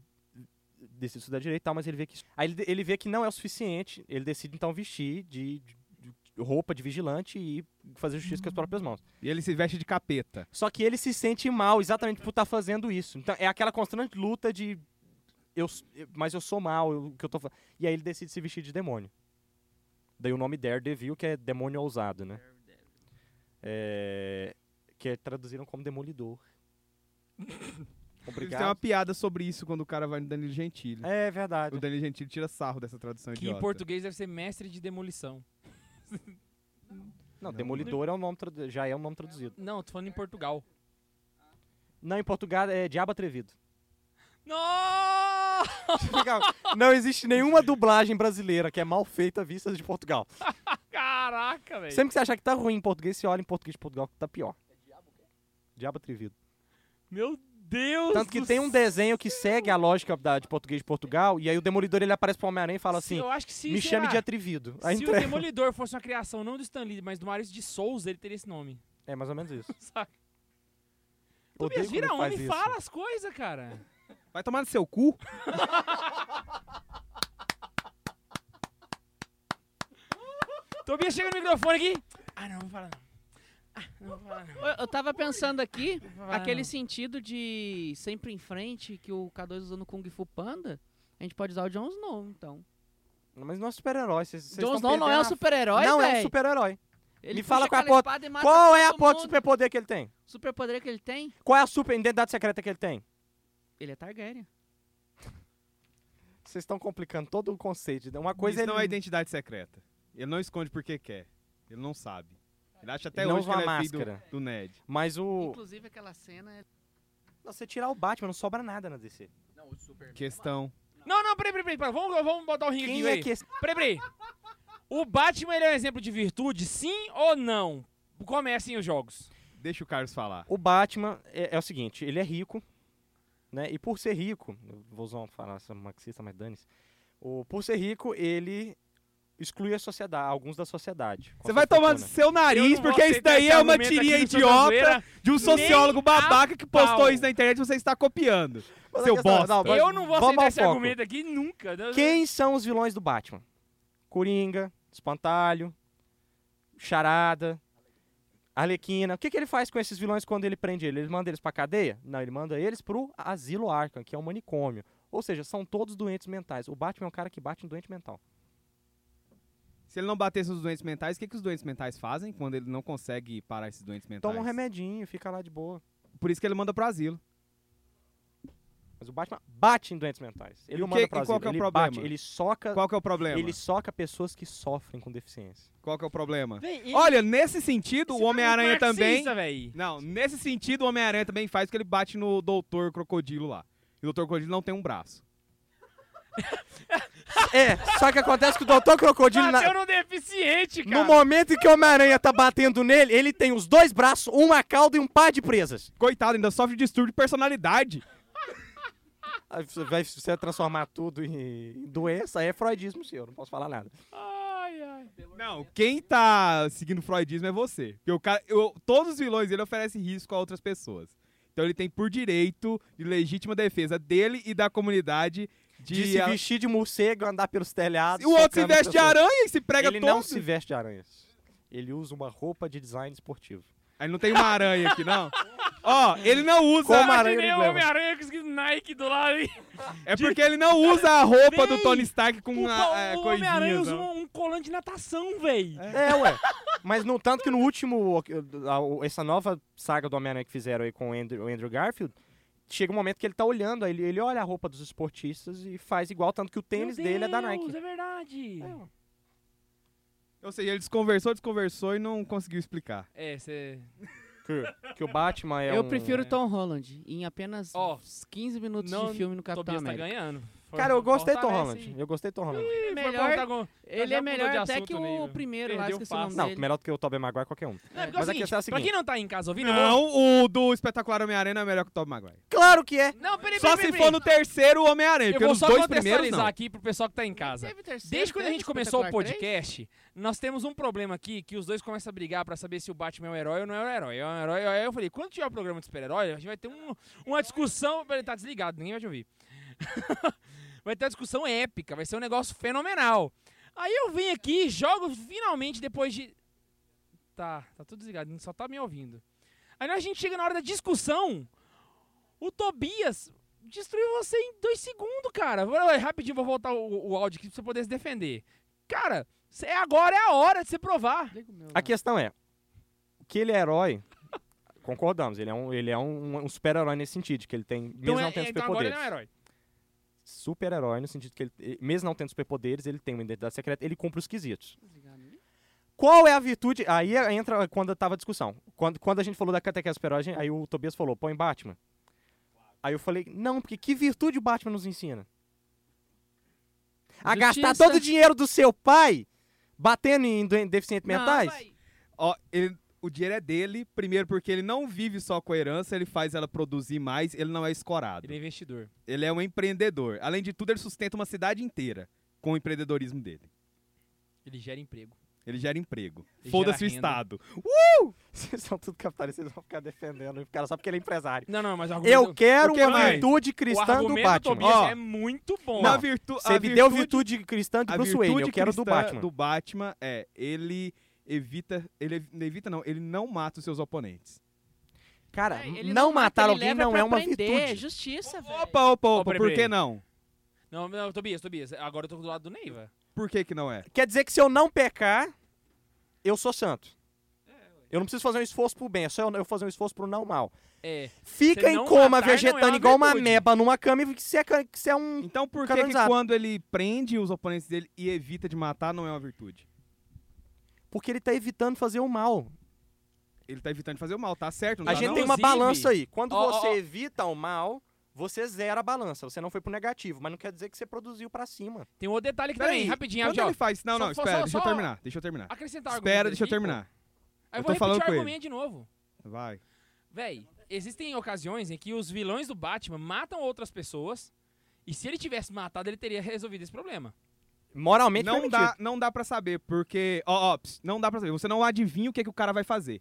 decide estudar direito e tal, mas ele vê que. Aí ele, ele vê que não é o suficiente. Ele decide então vestir de, de- de roupa de vigilante e fazer justiça com as próprias mãos.
E ele se veste de capeta.
Só que ele se sente mal exatamente por estar fazendo isso. Então é aquela constante luta de. Eu, s- eu- mas eu sou mal, eu- o que eu tô fa- E aí ele decide se vestir de demônio. Daí o nome Daredevil, que é demônio ousado, né? É, que é- traduziram como *laughs* demolidor.
Eles têm uma
Obrigado.
piada sobre isso quando o cara vai no Danilo Gentili.
É
O
verdade.
Danilo Gentili tira sarro dessa tradução
Que
idiota.
em português deve ser mestre de demolição.
Não, demolidor é um nome tradu- já é um nome traduzido.
Não, tô falando em Portugal.
Não, em português é diabo atrevido.
Nossa!
Legal. Não existe nenhuma dublagem brasileira que é mal feita à vista de Portugal.
Caraca, velho.
Sempre que você achar que tá ruim em português, você olha em português de Portugal que tá pior. Diabo atrevido.
Meu Deus
Tanto que
do
tem um
céu.
desenho que segue a lógica da, de português de Portugal, e aí o Demolidor ele aparece pro Homem-Aranha e fala
Se-
assim:
eu acho que se,
me
sei
chame
lá,
de atrevido. Aí
Se o
entrega.
Demolidor fosse uma criação não do Stan Lee, mas do Maurício de Souza, ele teria esse nome.
É mais ou menos isso.
Saca?
Odeio
Tobias, vira
quando faz
homem e
isso.
fala as coisas, cara.
Vai tomar no seu cu?
Tobias, chega no microfone aqui. Ah, não, não fala não. Ah, não vou falar não.
Eu, eu tava pensando aqui,
falar,
aquele
não.
sentido de sempre em frente que o K2 usou no Kung Fu Panda, a gente pode usar o Jon Snow, então.
Mas não é super-herói. vocês- vocês
Jon
tão
Snow não
perdendo
é
a-
um super-herói,
Não é um
véi.
super-herói.
Ele
Me
puxa
fala qual é a
aquela
porta-
espada e mata
Qual é a
todo
porta de
mundo.
superpoder que ele tem?
Superpoder que ele tem?
Qual é a super identidade secreta que ele tem?
Ele é Targaryen.
Vocês estão complicando todo o conceito. né? Uma coisa
isso
ele
não é identidade secreta. Ele não esconde porque quer. Ele não sabe. Ele acha até
Ele não
hoje que
usa
ele
uma
é filho
máscara.
do, do Ned.
Mas o.
Inclusive aquela cena é...
Não, você tirar o Batman, não sobra nada na DC.
Não, o Superman.
Questão.
Não, não, peraí, peraí, peraí. peraí. Vamos, vamos botar o ringue aqui,
Quem é
peraí.
que esse.
Peraí, peraí. O Batman ele é um exemplo de virtude, sim ou não? Comecem os jogos.
Deixa o Carlos falar.
O Batman é, é o seguinte, ele é rico, né? E por ser rico, eu vou usar uma falácia marxista, mas dane-se. O- Por ser rico, ele exclui a sociedade, alguns da sociedade. com
Você
a
vai
sua
tomar no
fortuna.
seu nariz, porque isso daí é uma tirinha idiota de um sociólogo
nem a
babaca que postou
pau.
isso na internet e você está copiando.
Mas a
Seu
questão é-
bosta.
mas
Eu não vou
vamos
aceitar
ao
esse
foco.
argumento aqui nunca.
Quem são os vilões do Batman? Coringa, Espantalho, Charada, Arlequina. O que, que ele faz com esses vilões quando ele prende ele? Ele manda eles pra cadeia? Não, ele manda eles pro Asilo Arkham, que é um manicômio. Ou seja, são todos doentes mentais. O Batman é um cara que bate em doente mental.
Se ele não batesse os doentes mentais, o que, que os doentes mentais fazem quando ele não consegue parar esses doentes mentais?
Toma um remedinho, fica lá de boa.
Por isso que ele manda pro asilo.
Mas o Batman bate em doentes mentais. Ele
E o
não manda
que-
pra
e qual
asilo,
que é o
ele
problema?
bate, ele soca,
Qual que é o problema?
ele soca pessoas que sofrem com deficiência.
Qual que é o problema?
Quem?
Olha, nesse sentido, o Homem-Aranha também...
Véi.
Não, nesse sentido, o Homem-Aranha também faz que ele bate no Doutor Crocodilo lá. E o Doutor Crocodilo não tem um braço.
É, só que acontece que o Dr. Crocodilo na-
Bateu no deficiente, cara.
No momento em que o Homem-Aranha tá batendo nele, ele tem os dois braços, uma cauda e um par de presas.
Coitado, ainda sofre de distúrbio de personalidade.
Aí Você vai você vai transformar tudo em em doença, aí é freudismo, senhor. Não posso falar nada.
Ai, ai.
Não, quem tá seguindo o freudismo é você. Porque o cara, eu- todos os vilões ele oferece risco a outras pessoas. Então ele tem por direito de legítima defesa dele e da comunidade de.
De se vestir de morcego, andar pelos telhados.
o outro se
socando
veste de
pessoas.
aranha e se prega
Ele
todo.
não se veste de aranhas. Ele usa uma roupa de design esportivo.
Aí não tem uma aranha aqui, não. Ó, ele não usa.
Como assim? a- Aranha
Imaginei
de
o
Glenn.
Homem-Aranha com escrito Nike do lado. aí.
É porque ele não usa a roupa do
Véi,
Tony Stark com
O,
uma é,
o Homem-Aranha
coisinhas.
usa
não.
um, um colante de natação, véi.
É, ué. Mas no tanto que no último, a- a- essa nova saga do Homem-Aranha que fizeram aí com o Andrew, o Andrew Garfield, chega um momento que ele tá olhando, aí ele, ele olha a roupa dos esportistas e faz igual, tanto que o tênis
Meu
dele é da
Deus,
Nike.
É verdade.
Ou seja, ele desconversou, desconversou e não conseguiu explicar.
É, você.
Que, que o Batman é
eu
um-
prefiro Tom Holland em apenas
Ó,
uns 15 minutos
não-
de filme no Capitão
Tobias tá
América.
ganhando. Foi-
Cara, eu gostei do Tom
fortalece
Holland. Eu gostei do Tom Holland.
Ih, foi tá
Melhor-
perguntar com-
Ele
já
é
mudou
melhor
de
até
assunto,
que o
Ney.
primeiro lá,
Perdeu
esqueci o nome
fácil.
Não,
dele.
melhor do que o Tobey Maguire qualquer um.
Não, porque
Mas
é
a
o seguinte,
questão é
pra
a
quem
seguinte.
não tá em casa ouvindo... eu vou-
Não, o do Espetacular Homem-Aranha é melhor que o Tobey Maguire.
Claro que é!
Não, peraí,
Só
peraí,
se
peraí.
for no terceiro Homem-Aranha,
Eu
porque
vou
nos
só
dois primeiros
contextualizar
não.
aqui pro pessoal que tá em casa.
Teve terceiro,
Desde quando a
teve
gente começou o
Espetacular três?
podcast, nós temos um problema aqui, que os dois começam a brigar pra saber se o Batman é um herói ou não é um herói. É um herói. Aí eu falei, quando tiver o programa de super-herói, a gente vai ter um- uma discussão... Ele tá desligado, ninguém vai te ouvir. *laughs* vai ter uma discussão épica, vai ser um negócio fenomenal. Aí eu vim aqui, jogo finalmente depois de... Tá, tá tudo desligado, só tá me ouvindo. Aí a gente chega na hora da discussão, o Tobias destruiu você em dois segundos, cara. Vai, vai, Rapidinho, vou voltar o, o áudio aqui pra você poder se defender. Cara, cê- agora é a hora de você provar.
Liga o meu lá.
A questão é, que ele é herói, concordamos, ele é um, ele é um, um super-herói nesse sentido, que ele tem, mesmo
Então, é-
não tendo
é- então agora ele
superpoderes.
é um herói.
super-herói no sentido que ele, eh, mesmo não tendo superpoderes, ele tem uma identidade secreta, ele cumpre os quesitos. Qual é a virtude? Aí eh, entra quando tava a discussão. Quando, quando a gente falou da catequese super-herói, a gente- aí o Tobias falou, põe Batman. Aí eu falei, não, porque que virtude o Batman nos ensina? A gastar
Justiça.
todo o dinheiro do seu pai batendo em doen- deficientes mentais?
Ó, ele- o dinheiro é dele, primeiro porque ele não vive só com a herança, ele faz ela produzir mais, ele não é escorado.
Ele é investidor.
Ele é um empreendedor. Além de tudo, ele sustenta uma cidade inteira com o empreendedorismo dele.
Ele gera emprego.
Ele gera emprego.
Ele
Foda-se o
gera renda.
Estado.
*laughs* Vocês são tudo capitalistas, vocês vão ficar defendendo o cara só porque ele é empresário.
Não, não, mas o argumento,
Eu quero
o que
uma
mais?
virtude
o
cristã do
argumento
Batman.
Tobias
Ó.
é muito bom.
Na virtu-
Você
a
me deu virtude cristã de
a
Bruce Wayne, eu
virtude
quero do
cristã
Batman.
do Batman é ele evita, ele ev- não evita não, ele não mata os seus oponentes.
Cara,
É, ele
não
mata,
matar
ele
alguém
leva
não
pra
é uma
prender, É
virtude.
justiça, velho.
Opa, opa,
Ó,
opa,
peraí,
por que
peraí.
não?
Não, não, Tobias, Tobias, agora eu tô do lado do Neiva.
Por que que não é?
Quer dizer que se eu não pecar, eu sou santo. Eu não preciso fazer um esforço pro bem, é só eu- eu fazer um esforço pro não mal.
É,
Fica
Se
em
não
coma
matar,
vegetando
não é uma
igual uma
virtude.
meba numa cama e que você é, ca- que você é um...
Então por que, que
Canonizado.
quando ele prende os oponentes dele e evita de matar não é uma virtude?
Porque ele tá evitando fazer o mal.
Ele tá evitando de fazer o mal, tá certo? Não
a
tá,
gente
não?
tem uma
Inclusive-
balança aí. Quando
Ó, ó,
você
ó.
evita o mal, você zera a balança. Você não foi pro negativo, mas não quer dizer que você produziu pra cima.
tem um outro detalhe aqui
Peraí,
também, rapidinho,
Quando
rapidinho. ó.
ele faz... Não,
Só-
não,
só-
espera,
só-
deixa eu
só-
terminar, deixa eu terminar.
Acrescentar o argumento
Espera, deixa eu
aqui, pô.
terminar.
Aí
Eu
eu
tô
vou
falando
repetir o
com ele.
argumento de novo.
Vai.
Véi, existem ocasiões em que os vilões do Batman matam outras pessoas e se ele tivesse matado, ele teria resolvido esse problema.
Moralmente foi
Não
mentira.
dá, não dá pra saber, porque... Ó, ó, ps, não dá pra saber. Você não adivinha o que, que o cara vai fazer.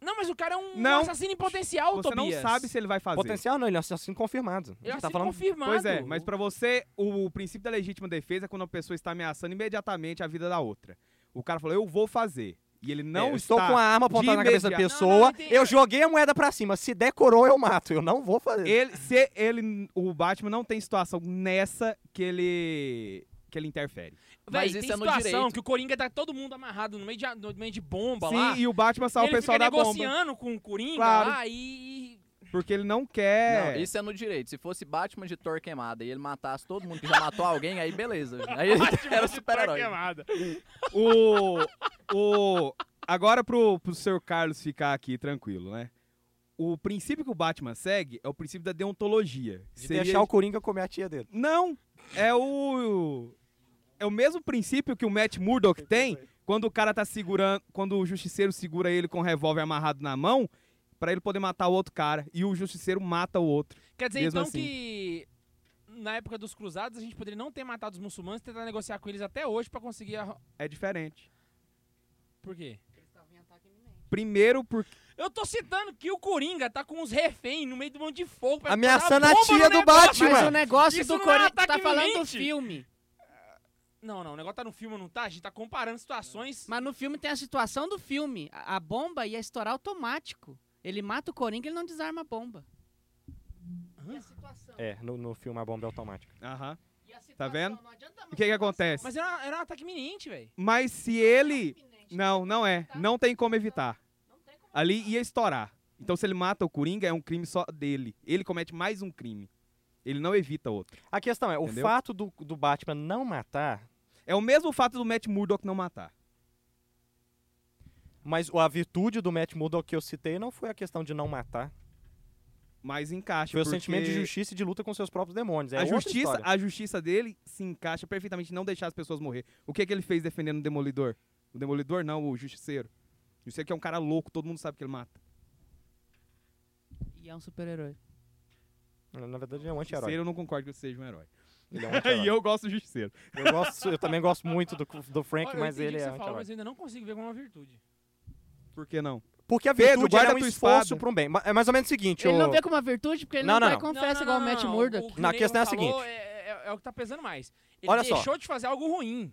Não, mas o cara é um
Não.
assassino em potencial,
Você não
Tobias.
sabe se ele vai fazer.
Potencial não, ele é um assassino confirmado.
Ele
Ele
é
tá
assassino
falando
confirmado.
Pois é, mas pra você, o, princípio da legítima defesa é quando a pessoa está ameaçando imediatamente a vida da outra. O cara falou, eu vou fazer. E ele não
É,
eu
está...
estou com a arma apontada na cabeça da
imediato.
pessoa.
Não, não, entendi.
eu joguei a moeda pra cima. Se der coroa, eu mato. Eu não vou fazer.
Ele, se ele... O Batman não tem situação nessa que ele... Que ele interfere.
Véi,
Mas isso
tem
é no
situação
direito.
que o Coringa tá todo mundo amarrado no meio de, no meio de bomba
Sim,
lá.
e o Batman salva o
ele
pessoal
fica
da bomba.
negociando com o Coringa
Claro.
lá e...
Porque ele não quer...
Não, isso é no direito. Se fosse Batman de Thor queimada e ele matasse todo mundo que já matou alguém,
*laughs*
aí beleza. Aí ele *laughs* era super-herói.
O. O. Agora pro, pro Sr. Carlos ficar aqui tranquilo, né? O princípio que o Batman segue é o princípio da deontologia.
Se deixar o Coringa comer a tia dele.
Não! É o. É o mesmo princípio que o Matt Murdock tem quando o cara tá segurando. Quando o justiceiro segura ele com o revólver amarrado na mão pra ele poder matar o outro cara. E o justiceiro mata o outro.
Quer dizer,
Mesmo
então,
assim.
que na época dos cruzados, a gente poderia não ter matado os muçulmanos e tentar negociar com eles até hoje pra conseguir... A...
É diferente.
Por quê?
Primeiro, porque.
Eu tô citando que o Coringa tá com uns reféns no meio do monte de fogo. pra botar
Ameaçando a
bomba
tia
no negócio.
do Batman.
Mas o negócio
Isso
do
não é um
Corinthians tá
ataque
falando do
mente.
filme.
Não, não, o negócio tá no filme, não tá? A gente tá comparando situações.
Mas no filme tem a situação do filme. A, a bomba ia estourar automático. Ele mata o Coringa, ele não desarma a bomba.
Hã?
E a situação?
É, no, no filme a bomba é automática.
Aham.
E a situação,
Tá vendo?
não adianta
O que que
uma
acontece?
Mas era, era um ataque iminente, velho.
Mas se ele.
né?
Não, não é. Não tem como evitar. Ali ia estourar. Então, se ele mata o Coringa, é um crime só dele. Ele comete mais um crime. Ele não evita outro.
A questão é,
Entendeu?
o fato do, do Batman não matar,
É o mesmo fato do Matt Murdock não matar.
mas a virtude do Matt Murdock que eu citei não foi a questão de não matar.
mais encaixa.
Foi o
porque
sentimento de justiça e de luta com seus próprios demônios. É
a
outra
justiça,
história.
a justiça dele se encaixa perfeitamente em não deixar as pessoas morrer. O que é que ele fez defendendo o Demolidor? O Demolidor não, o Justiceiro. O Justiceiro que é um cara louco, todo mundo sabe que ele mata.
E é um super-herói.
Na verdade, ele é um
O Justiceiro
anti-herói.
eu não concordo que ele seja um herói.
Ele é um anti-herói.
*laughs* e eu gosto do Justiceiro.
eu, gosto- eu também gosto muito do, do Frank,
Olha, eu
mas
entendi
ele
o que você
é
falou,
anti-herói.
mas eu ainda não consigo ver como uma virtude.
Por que não?
Porque a
Pedro,
virtude
guarda
é um
tua
esforço
espada.
para um bem. Ma- É mais ou menos o seguinte,
Ele
ô-
não vê como uma virtude porque ele
Não,
não,
não,
vai e
não.
confessa
não,
igual o Matt
não,
Murdock.
o que
Na
o Neymar
questão é a
falou
seguinte.
É, é- é o que tá pesando mais. Ele
Olha só.
deixou de fazer algo ruim.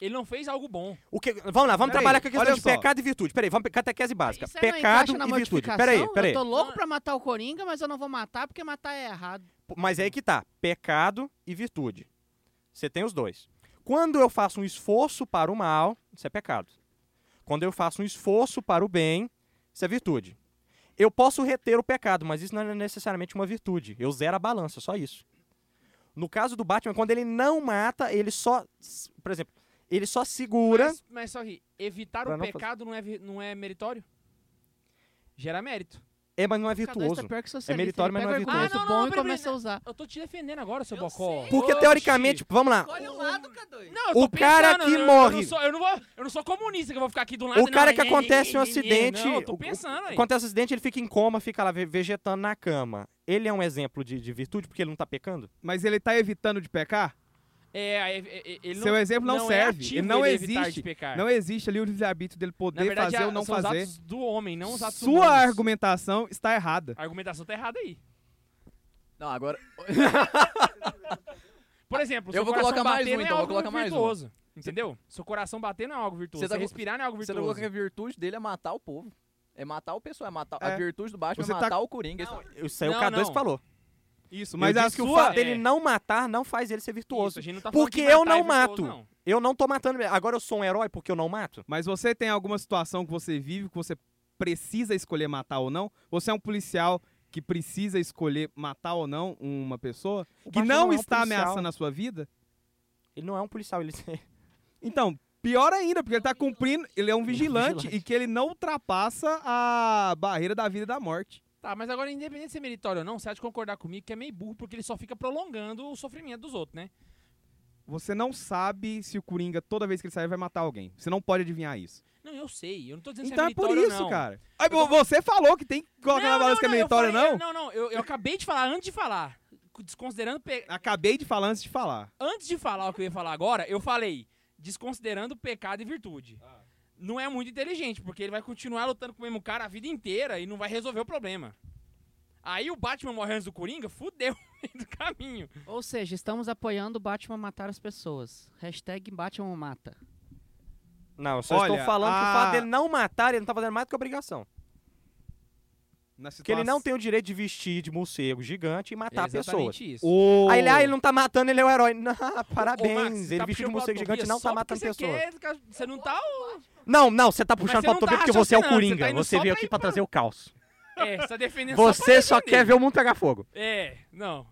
Ele não fez algo bom.
o que... Vamos lá, vamos
Peraí,
trabalhar com a questão
olha
de
só.
pecado e virtude. Peraí, vamos pe- catequese básica.
Isso aí não
pecado
encaixa na
e virtude.
mortificação?
Peraí, peraí.
Eu tô louco
Não.
pra matar o Coringa, mas eu não vou matar porque matar é errado.
Mas é aí que tá. Pecado e virtude. Você tem os dois. Quando eu faço um esforço para o mal, isso é pecado. Quando eu faço um esforço para o bem, isso é virtude. Eu posso reter o pecado, mas isso não é necessariamente uma virtude. Eu zero a balança, só isso. No caso do Batman, quando ele não mata, ele só. Por exemplo, ele só segura.
Mas, mas só que evitar
Pra
o
não fazer.
pecado não é, vi- não é meritório? Gera mérito.
É, mas não é
tá
Cadoista
virtuoso.
tá pior que socialista.
É meritório, mas
ele
não
pega
é
argumento
virtuoso. Ah, não,
bom
não,
e
peraí,
começa a
peraí.
usar.
Eu tô te defendendo agora, seu bocó.
Porque
Oxi.
teoricamente, vamos lá.
Olha o lado, K2.
Não, eu
o
tô
cara
pensando,
que
eu- eu
morre-
não sou- Eu não, vou, eu não sou comunista que eu vou ficar aqui do lado.
O
não,
cara que
é, é,
acontece um
é, é, é,
acidente,
Não, eu tô
o-
pensando aí.
Acontece um acidente, ele fica em coma, fica lá ve- vegetando na cama. Ele é um exemplo de, de virtude porque ele não tá pecando?
Mas ele tá evitando de pecar?
É, aí, é, é, ele
Seu
não,
exemplo não,
é
serve.
ativo
ele não
evitar de
existe.
pecar.
Não existe ali o livre-arbítrio dele poder
Na verdade,
fazer
a-
ou não
são os
fazer.
atos do homem, não os atos
Sua
humanos.
argumentação está errada.
A argumentação tá errada aí.
*laughs*
Não, agora. *laughs*
Por exemplo,
Eu
seu
vou
coração
colocar mais
bater
um,
não é
então, vou
algo
colocar mais um.
virtuoso. Entendeu? Seu coração bater não é algo virtuoso.
Você tá
Você
co-
respirar não é algo
Você não
virtuoso.
colocou que a virtude dele é matar o povo. É matar o pessoal, é matar. A
É.
virtude do Batman
Você
é
tá-
matar o Coringa. Isso-
Isso aí o
Não,
K2
não.
falou.
Isso,
Mas
mas
eu
a
disse que o
sua.
fato dele não matar não faz ele ser
é. Isso,
virtuoso.
a gente não tá
Porque
falando que
eu
matar
não
é virtuoso,
mato.
não.
Eu não tô matando. Agora eu sou um herói porque eu não mato?
Mas você tem alguma situação que você vive que você precisa escolher matar ou não? Você é um policial que precisa escolher matar ou não uma pessoa que
Batman
não,
não é um
está
policial.
ameaçando a sua vida?
Ele não é um policial, ele
Então, pior ainda, porque ele está cumprindo, ele é um vigilante,
vigilante.
e que ele não ultrapassa a barreira da vida e da morte.
Tá, mas agora, independente se é meritório ou não, você há de concordar comigo que é meio burro, porque ele só fica prolongando o sofrimento dos outros, né?
Você não sabe se o Coringa, toda vez que ele sair, vai matar alguém. Você não pode adivinhar isso.
Não, eu sei. Eu não tô dizendo
Então
se
é
é
por
meritório ou
isso,
não.
cara. Aí, vo- você falou que tem que colocar na balança que é
eu
meritório,
falei-
não?
Não, não, eu, eu acabei de falar antes de falar. Desconsiderando. pe-
Acabei de falar antes de falar.
Antes de falar o que eu ia falar agora, eu falei. Desconsiderando pecado e virtude. Não é muito inteligente, porque ele vai continuar lutando com o mesmo cara a vida inteira e não vai resolver o problema. Aí o Batman morre antes do Coringa, fudeu *laughs* no meio do caminho.
Ou seja, estamos apoiando o Batman matar as pessoas. Hashtag Batman mata.
*laughs* Não, eu só estou
Olha,
falando que o
a-
ah.
fato dele não matar, ele não tá fazendo mais do que obrigação.
Na
Porque ele não
situação-
tem o direito de vestir de morcego gigante e matar
é
Tá, pessoas.
exatamente isso.
O-
Aí ele, ah, ele não tá matando, ele é o herói. *laughs* Não,
Ô,
parabéns.
Max, você
ele
tá
vestiu de
puxando pra
morcego gigante
autovia
não
só
tá
porque
matando pessoas.
Você, quer, você não tá.
Não, não, você tá
Mas
puxando
você
pra
não
autovia
tá
porque você é o
raciocinando, você
Coringa.
tá
Você,
indo só
veio
pra
aqui
ir
pra
pra-
trazer o caos.
É, você tá defendendo
Você
só
só
pra defender.
quer ver o mundo pegar fogo.
É, não.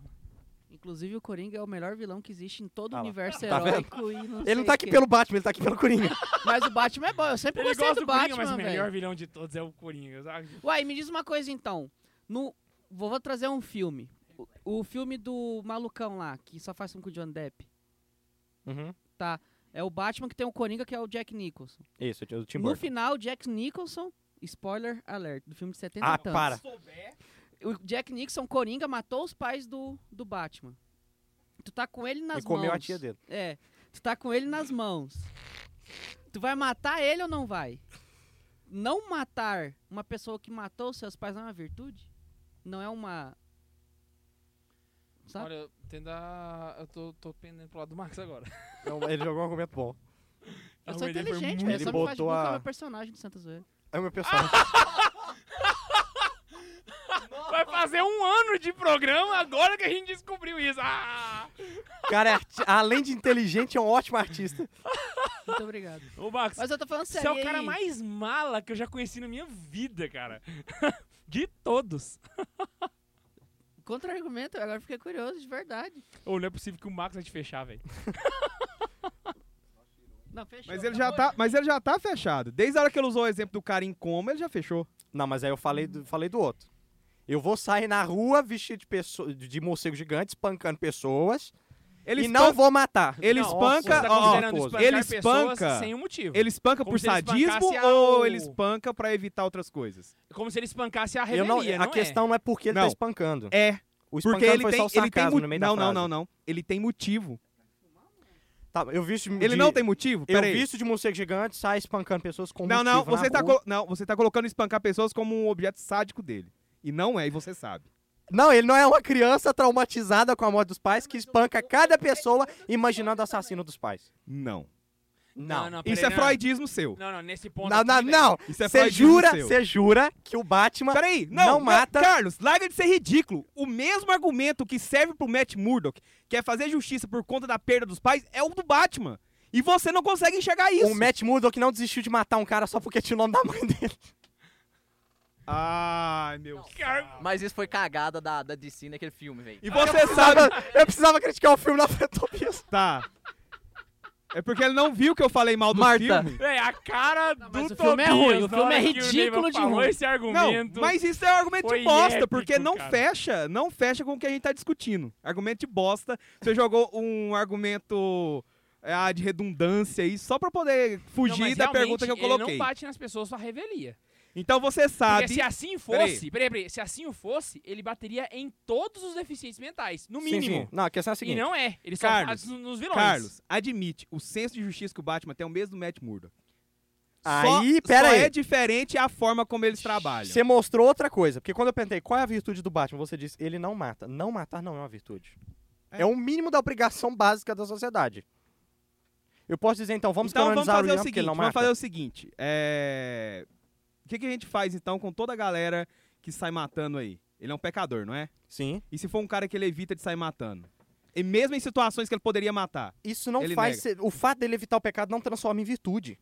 Inclusive, o Coringa é o melhor vilão que existe em todo
Ah
o
lá.
universo
*laughs* Tá vendo?
heróico. e não
Ele não
sei
tá
o
aqui
quê.
pelo Batman, ele tá aqui pelo Coringa.
Mas o Batman é bom. Eu sempre
Ele
gostei
gosta
do
do Coringa, mas
Batman,
o melhor
velho.
vilão de todos é o Coringa, sabe?
Uai, me diz uma coisa então. No... Vou vou trazer um filme. O, o filme do malucão lá, que só faz filme com o John Depp.
Uhum.
É o Batman que tem o Coringa, que é o Jack Nicholson.
Isso, o Tim
no
Burton.
final, Jack Nicholson, spoiler alert, do filme de 70 e
Ah,
tantos.
para.
O Jack Nicholson, Coringa, matou os pais do, do Batman. Tu tá com ele nas
Ele comeu
mãos.
a tia dele.
É. Tu tá com ele nas mãos. Tu vai matar ele ou não vai? Não matar uma pessoa que matou os seus pais não é uma virtude? Não é uma. Sabe? Tá.
Olha, eu tentar. Eu tô, tô pendendo pro lado do Max *laughs* agora.
Não, ele jogou um argumento bom.
eu sou
A ideia foi
inteligente,
Ah, muito-
velho. Eu
Ele
só me faz de
botou
burro,
a-
que é o meu personagem do Santa Zoeira.
É o meu pessoal.
Ah.
Vai fazer um ano de programa agora que a gente descobriu isso. Ah!
O cara, é arti- além de inteligente, é um ótimo artista.
*laughs*
Muito obrigado.
Ô, Max,
Mas eu tô falando
você
sério.
é
e
o cara
aí?
mais mala que eu já conheci na minha vida, cara. *laughs* De todos.
Contra-argumento, agora eu fiquei curioso, de verdade.
Ou não é possível que o Max vai te fechar, velho.
Não, fechou.
Mas ele, já tá, mas ele já tá fechado. Desde a hora que ele usou o exemplo do cara em coma, ele já fechou.
Não, mas aí eu falei do, falei do outro. Eu vou sair na rua vestido de, pessoa, de morcego gigante, espancando pessoas.
Ele
e não
espan-
vou matar.
Ele
Não,
espanca.
você tá
ó,
considerando
ó,
espancar
ele
pessoas
espanca.
sem um motivo.
Ele espanca
Como
por
se ele
sadismo
espancasse a- um-
ou
o-
ele espanca pra evitar outras coisas?
Como se ele espancasse a
Eu
revelia,
não-
não,
a questão não é porque ele tá
Não.
espancando.
É,
O espancando
porque ele
foi
tem,
só o
ele tem
sarcasmo
mo-
no meio da
Não,
frase.
não, não, não. Ele tem motivo.
Tá, eu visto de,
Ele não tem motivo?
Eu
Peraí.
visto de morcego gigante, sai espancando pessoas com
Não, não,
motivo na
você tá
rua.
colo- não, você tá colocando espancar pessoas como um objeto sádico dele. E não é, e você sabe.
Não, ele não é uma criança traumatizada com a morte dos pais que espanca cada pessoa imaginando o assassino dos pais.
Não.
Não, não,
Isso
peraí,
é
não.
freudismo seu.
Não, não, nesse ponto.
Não,
aqui
não,
tem.
não.
Isso é
Você
freudismo
jura,
seu.
você jura que o Batman
Peraí, não,
não mata-
Carlos, larga de ser ridículo. O mesmo argumento que serve pro Matt Murdock, que é fazer justiça por conta da perda dos pais, é o do Batman. E você não consegue enxergar isso.
O Matt Murdock não desistiu de matar um cara só porque tinha o nome da mãe dele.
Ai, meu.
Car-
Mas isso foi cagada da, da DC naquele filme, velho.
E você sabe.
Eu precisava criticar o filme na frente do Tobias.
Tá. É porque ele não viu que eu falei mal do
Marta.
filme.
É, a cara do
mas o
Tobias.
filme é ruim, o
na
filme
hora
é
que o Neiva
ridículo de
falou
ruim.
esse
Não,
argumento.
mas isso é argumento
foi
de bosta,
épico,
porque não
cara.
fecha, não fecha com o que a gente tá discutindo. Argumento de bosta. Você jogou um argumento é, ah, de redundância aí só pra poder
Não,
fugir
mas
da
realmente
pergunta que eu
Ele
coloquei.
não bate nas pessoas, só revelia.
Então você
Porque
sabe.
se assim fosse, peraí, peraí, se assim o fosse, ele bateria em todos os deficientes mentais, no mínimo.
Não, a questão é a
E
seguinte.
não é, ele só
Carlos,
bate nos vilões.
Carlos, admite, o senso de justiça que o Batman tem é o mesmo do Matt Murdock. Só-
Aí,
só,
pera aí.
é diferente a forma como eles trabalham.
Você mostrou outra coisa. Porque quando eu perguntei qual é a virtude do Batman, você disse ele não mata. Não matar não é uma virtude.
É.
É, o mínimo da obrigação básica da sociedade. Eu posso dizer então, vamos
então vamos
canonizar
fazer
o
o
Leon porque
seguinte,
ele não
vamos
mata.
fazer o seguinte. é, O que, que a gente faz então com toda a galera que sai matando aí? Ele é um pecador, não é?
Sim.
E se for um cara que ele evita de sair matando? E mesmo em situações que ele poderia matar?
Isso não
Ele
faz. ser- O fato dele evitar o pecado não transforma em virtude.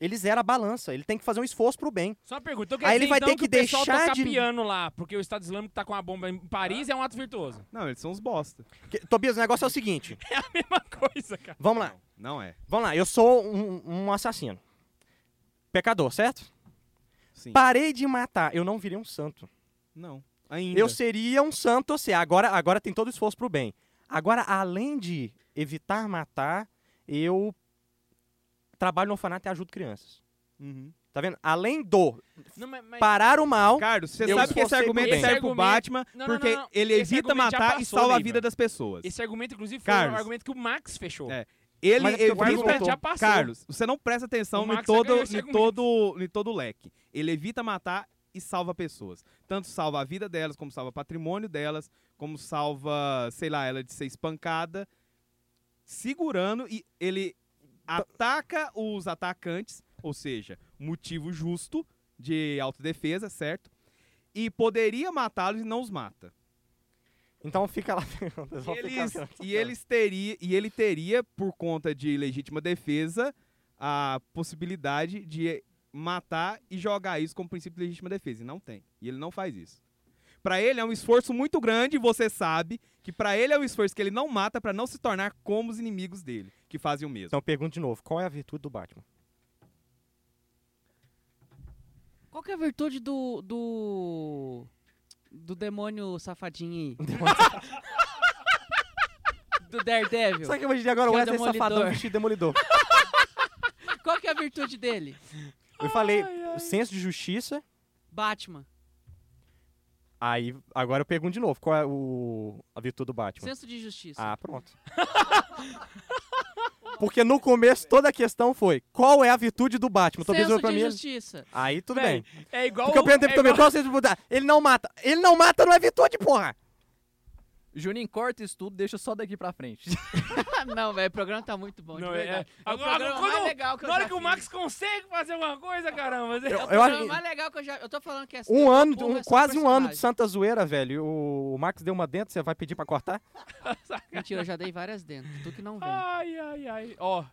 Ele zera a balança. Ele tem que fazer um esforço pro bem.
Só uma pergunta, então quer
Aí ele
dizer,
vai
então,
ter que
o pessoal
deixar
tocar
de-
piano lá, porque o Estado Islâmico tá com uma bomba em Paris, é um ato
*laughs*
virtuoso.
Não, eles são uns bosta.
Que- Tobias, o negócio é o seguinte.
Mesma coisa, cara.
Vamos lá.
Não, não é.
Vamos lá, eu sou um, um assassino. Pecador, certo?
Sim.
Parei de matar, eu não virei um santo.
Não. Ainda.
Eu seria um santo, assim, agora, agora tem todo o esforço pro bem. Agora, além de evitar matar, eu trabalho no orfanato e ajudo crianças.
Uhum.
Tá vendo? Além do
Não, mas- mas-
parar o mal,
Carlos, você
Eu
sabe que esse
esforcei
argumento
pro bem.
serve
Esse
pro
argumento-
Batman
Não, não,
porque
não, não.
ele
Esse
evita
argumento já
matar e
passou,
salva a
Neiva.
vida das pessoas.
Esse argumento, inclusive, foi
Carlos.
um argumento que o Max fechou.
É, Ele
Mas é porque o Batman
evita
voltou.
já passou.
Carlos, você não presta atenção
O
em
é
Max
todo,
ganhou esse
em
argumento.
todo, em todo o leque. Ele evita matar e salva pessoas. Tanto salva a vida delas, como salva o patrimônio delas, como salva, sei lá, ela de ser espancada, segurando e ele ataca os atacantes, ou seja, motivo justo de autodefesa, certo? E poderia matá-los e não os mata.
então fica lá. *laughs* Vocês vão ficar
Eles-
vendo.
e eles teria e ele teria por conta de legítima defesa a possibilidade de matar e jogar isso como princípio de legítima defesa e não tem e ele não faz isso Pra ele é um esforço muito grande e você sabe que pra ele é um esforço que ele não mata pra não se tornar como os inimigos dele que fazem o mesmo
Então eu pergunto de novo, qual é a virtude do Batman?
Qual que é a virtude do. do. do demônio safadinho aí? *laughs* do Daredevil?
Só que eu imaginei agora o
Que é o
Wesley Safadão
Demolidor.
vestido de demolidor.
Qual que é a virtude dele?
Eu falei, o senso de justiça
Batman.
Aí, agora eu pergunto de novo, qual é o, a virtude do Batman?
Senso de justiça.
Ah, pronto. *laughs* Porque no começo toda a questão foi, qual é a virtude do Batman? Tobias
Senso
olhou pra
de
mim,
justias.
aí tudo
Véi,
bem.
É igual.
Porque eu perguntei pro
é
Tobias,
igual-
qual vocês mudar? Ele não mata. Ele não mata, não é virtude, porra!
Juninho, corta isso tudo, deixa só daqui pra frente. *laughs*
Não, velho, o programa tá muito bom.
Não,
de
é-
verdade.
é.
É, o
Agora-
programa
quando-
mais legal que eu
Na hora
já
que o
fiz.
Max consegue fazer alguma coisa, caramba. você-
Eu-
É o
eu acho-
programa mais legal que eu já. Eu tô falando que é
Um ano,
porra,
um-
é só
quase um ano de
personagem.
santa zoeira, velho. O, o Max deu uma dentro, você vai pedir pra cortar?
Mentira, eu já dei várias dentro. Tu
*laughs*
que não vem.
Ai, ai, ai. Ó,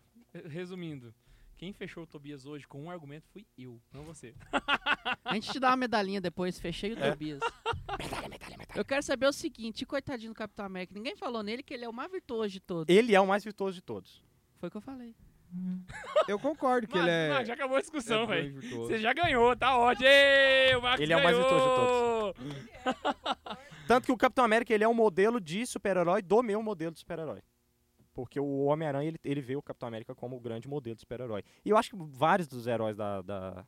resumindo. Quem fechou o Tobias hoje com um argumento fui eu, não *laughs* você.
A gente te dá uma medalhinha depois, fechei o
É. *laughs*
Tobias. Eu quero saber o seguinte, coitadinho do Capitão América, ninguém falou nele que ele é o mais virtuoso de todos.
Ele é o mais virtuoso de todos.
Foi o que eu falei.
eu concordo que
Mano,
ele é,
mano, já acabou a discussão,
é
velho.
virtuoso.
Você já ganhou, tá ótimo. Ei, o Max
Ele é o mais
ganhou.
virtuoso de
todos.
Tanto que o Capitão América, ele é um modelo de super-herói do meu modelo de super-herói. Porque o Homem-Aranha, ele, ele vê o Capitão América como o grande modelo de super-herói. E eu acho que vários dos heróis da, da,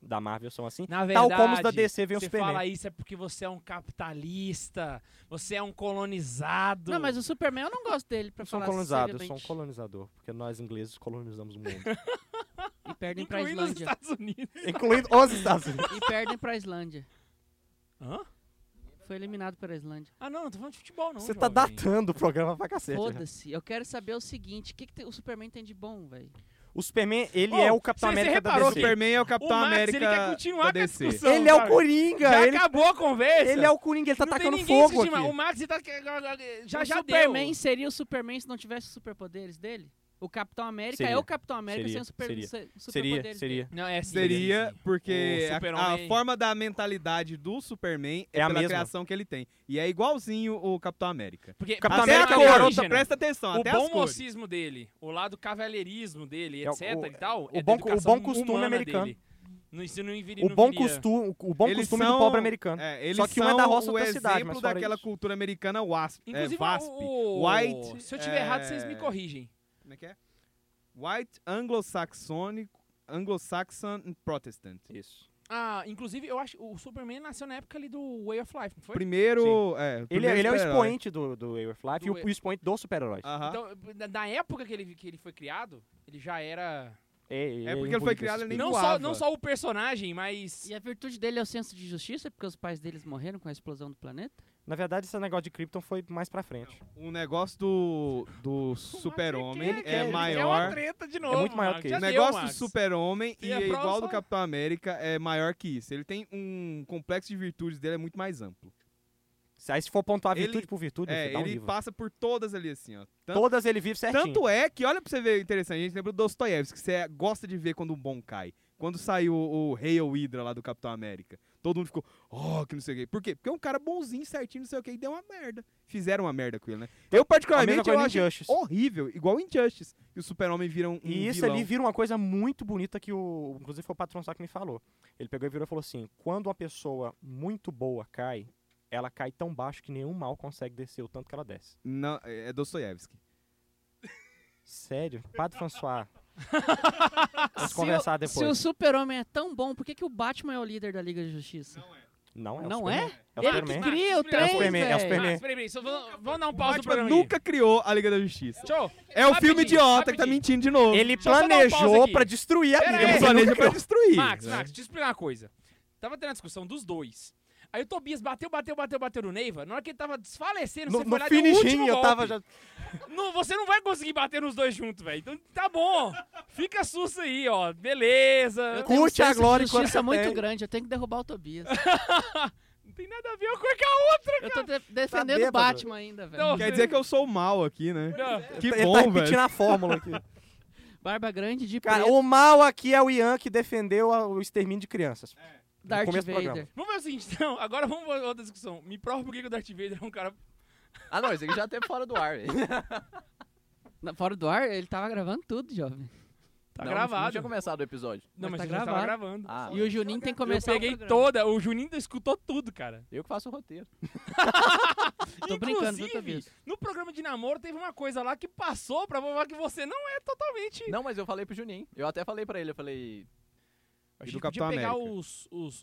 da Marvel são assim.
Na
tal
verdade,
como os da DC vêm o
você
Superman.
fala isso é porque você é um capitalista, você é um colonizado.
Não, mas o Superman eu não gosto dele, pra
Eu sou um
falar
colonizado, eu sou um
seriamente.
colonizador. Porque nós ingleses colonizamos o mundo.
*laughs*
um
E perdem pra
incluindo os
Islândia.
Estados Unidos.
incluindo os Estados Unidos.
E perdem pra Islândia.
Hã?
Foi eliminado pela Islândia.
Ah, não, não tô falando de futebol, não.
Você tá
jovem.
datando o programa pra cacete. né?
Foda-se. Eu quero saber o seguinte: o que, que te- o Superman tem de bom, velho?
O Superman, ele
Ô,
é o Capitão
cê- cê
América da
reparou
DC.
que-
Superman é o
O
Capitão
Max,
América
ele quer continuar
da
com a
DC.
discussão.
Ele é o
sabe?
Coringa.
Já
Ele,
acabou a conversa.
ele é o Coringa, ele tá
não tem
tacando
ninguém
fogo
assistindo mais.
aqui.
O Max tá... já
o
já
Superman
deu.
seria o Superman se não tivesse os superpoderes dele? O Capitão América
Seria.
é o Capitão América
Seria,
sem os super,
seria.
se- superpoderes
Seria,
dele.
seria.
Não, é
Seria, porque
O
a- a,
super-homem-
forma da mentalidade do Superman é,
É a
pela
mesma.
criação que ele tem. E é igualzinho o Capitão América.
Porque
Capitão
até
até
América
a cor,
é
a
garota,
origem,
presta atenção,
O
até
bom
as cores.
mocismo dele, o lado cavalheirismo dele,
É,
etc
o-
e tal,
o
é
bom-
da
o
educação
bom costume
humana
americano.
Dele. Não, isso não viria,
O
não
bom
viria.
costume, o bom
Eles
costume do
são-
pobre americano.
É, eles
Só que um
são
é da roça,
o
outra é da
exemplo
cidade, mas fora
daquela
isso.
cultura americana wasp,
Inclusive,
é, VASP.
o, o-
White,
se eu tiver errado, vocês me
é,
corrigem.
Como é que é? White Anglo-Saxônico, Anglo-Saxon and Protestant.
Isso.
Ah, inclusive, eu acho o Superman nasceu na época ali do Way of Life, não foi?
Primeiro, é, o
Ele,
primeiro
ele é o
super-herói.
expoente do, do Way of Life e
Do
o, o expoente dos
Ah.
super-heróis.
Aham.
Então, na- na época que ele, que ele foi criado, ele já era.
É,
É porque ele foi criado, ele
nem
nem-
Não
voava.
só, não só o personagem, mas.
E a virtude dele é o senso de justiça, porque os pais deles morreram com a explosão do planeta?
Na verdade, esse negócio de Krypton foi mais pra frente.
Hum.
O Um negócio do, do super-homem é
É uma
maior.
treta de novo.
muito maior
Max,
que
já
O
isso.
deu,
negócio do
Max.
super-homem
Você
e
é
é igual
prova
do
só-
Capitão América é maior que isso. Ele tem um complexo de virtudes dele é muito mais amplo.
Se- Aí se for pontuar
Ele-
virtude por virtude, meu
É,
filho, dá um
ele
livro.
passa por todas ali assim, ó. Tanto,
Todas ele vive certinho.
tanto é que, olha pra você ver interessante, a gente lembra do Dostoiévski, que você gosta de ver quando um bom cai. Quando saiu o o Hail Hydra lá do Capitão América, todo mundo ficou, oh, que não sei o quê. Por quê? Porque é um cara bonzinho, certinho, não sei o quê, e deu uma merda. Fizeram uma merda com ele, né? Eu,
Então, a mesma
particularmente, eu
coisa
acho
em Justice.
horrível, igual Injustice. E o Super-Homem vira um, um
E isso é
vilão.
ali vira uma coisa muito bonita que o. Inclusive foi o patrão só que me falou. Ele pegou e virou e falou assim: quando uma pessoa muito boa cai, ela cai tão baixo que nenhum mal consegue descer o tanto que ela desce.
Não, é é Dostoiévski.
Sério? Padre
*laughs*
François. Vamos
Ah, Se
conversar
o-
depois.
Se o Super-Homem é tão bom, por que, que o Batman é o líder da Liga de Justiça?
Não é? o
Não
Superman.
é?
É o
Ele
Superman.
que cria o
Explica-
trem,
Superman, é o Superman.
velho.
Max, peraí, peraí, só vamos, vamos dar um pause no
Batman
programa.
nunca criou a Liga da Justiça.
aqui. Tchau.
É o
Rapidinho,
filme idiota que tá
rapidinho.
mentindo de novo.
Ele
Deixa eu só dar um pause
planejou
aqui.
pra destruir a
Pera
Bíblia.
aí.
Ele
mas ele
planeja
nunca
pra
criou.
destruir.
Max,
né?
Max, deixa eu explicar uma coisa. Tava tendo a discussão dos dois. Aí o Tobias bateu, bateu, bateu, bateu no Neiva. Na hora que ele tava desfalecendo,
No,
você foi
no
lá e deu o último
finishing eu
golpe.
tava já.
Não, você não vai conseguir bater nos dois juntos, velho. Então tá bom. Fica susto aí, ó. Beleza.
Eu tenho um
Curte a
senso de
glória enquanto você
justiça
Tá
muito
tem.
grande, eu tenho que derrubar o Tobias.
Não tem nada a ver uma coisa com a outra.
Eu tô de- defendendo o
bêbado.
Batman ainda,
Não.
velho.
Quer dizer que eu sou o mal aqui, né?
Não.
Que
ele
bom,
tá
velho.
repetindo a fórmula
*laughs*
aqui.
Barba grande de
Cara,
preto,
o mal aqui é o Ian que defendeu a- o extermínio de crianças.
É,
Darth
começo do
Vader.
programa.
Vamos ver o seguinte, então. Agora vamos pra outra discussão. Me prova por que que o Darth Vader é um cara...
Ah, não, isso aqui já teve fora do ar. velho.
Na- Fora do ar, ele tava gravando tudo, jovem.
Tá
Não, Não
gravado.
tinha começado o episódio.
Não,
mas
mas,
tá
eu já tava
gravado.
gravando.
Ah,
E o Juninho tem que começar
eu peguei
o programa.
toda. O Juninho escutou tudo, cara.
eu que faço o roteiro.
Tô brincando, viu,
Inclusive,
Tobias?
no programa de namoro teve uma coisa lá que passou pra provar que você não é totalmente...
Não, mas eu falei pro Juninho. Eu até falei pra ele, eu falei...
A
E
gente
do
podia
Capitão
pegar
América.
os, os, os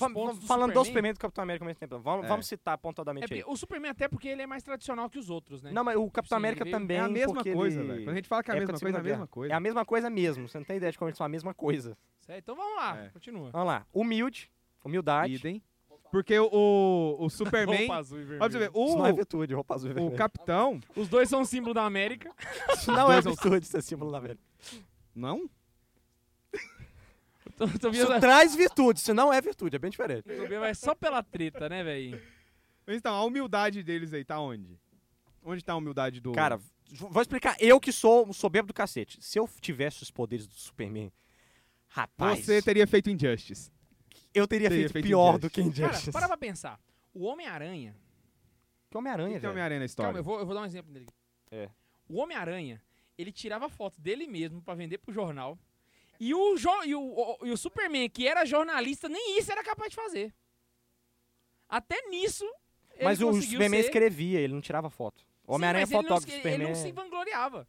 pontos
vamos-
do
falando
Superman.
do Superman e do Capitão América ao mesmo tempo. Vamos,
É.
vamos citar
É
pontualmente
porque
aí.
o Superman até porque ele é mais tradicional que os outros, né?
Não, mas o Capitão
Sim,
América
ele veio-
também.
É a mesma
porque
coisa,
ele-
velho. Quando a gente fala que é a
época
mesma
da
coisa, é a
Segunda
mesma
É
coisa.
a mesma coisa mesmo. Você não tem ideia de como eles são a mesma *laughs* coisa.
Certo? Então vamos lá,
É.
continua.
Vamos lá. Humilde. Humildade.
Idem. Porque o, o, *laughs* o Superman...
Roupa azul e
Olha pra você
vermelho.
ver,
Isso não é
o,
virtude, roupa azul. e
o
vermelha.
Capitão...
Os dois são símbolo da América. *laughs*
Isso não é
dois são-
virtude, isso é símbolo da velha.
Não?
O Tobias
Isso
vai-
traz virtude, isso não é virtude, é bem diferente.
o Tobias vai só pela treta, né, velho?
Mas Então, a humildade deles aí tá onde? Onde tá a humildade do...
Cara, v- vou explicar. Eu que sou um soberbo do cacete. Se eu tivesse os poderes do Superman, rapaz,
Você teria feito Injustice.
eu teria,
teria
feito,
feito
pior
Injustice.
do que
Cara,
Injustice.
para pra pensar. O Homem-Aranha.
Que
O
Homem-Aranha,
que que é
velho.
Homem-Aranha na história?
Calma, eu vou, eu vou dar um exemplo dele.
É.
O Homem-Aranha, ele tirava foto dele mesmo pra vender pro jornal. E o, jo- e, o, o- e o Superman, que era jornalista, nem isso era capaz de fazer. Até nisso. Ele
Mas o
conseguiu
Superman
ser...
escrevia, ele não tirava foto. O Homem-Aranha é
Sim, mas ele não
fotógrafo
se-
do Superman. é.
Ele não se vangloriava.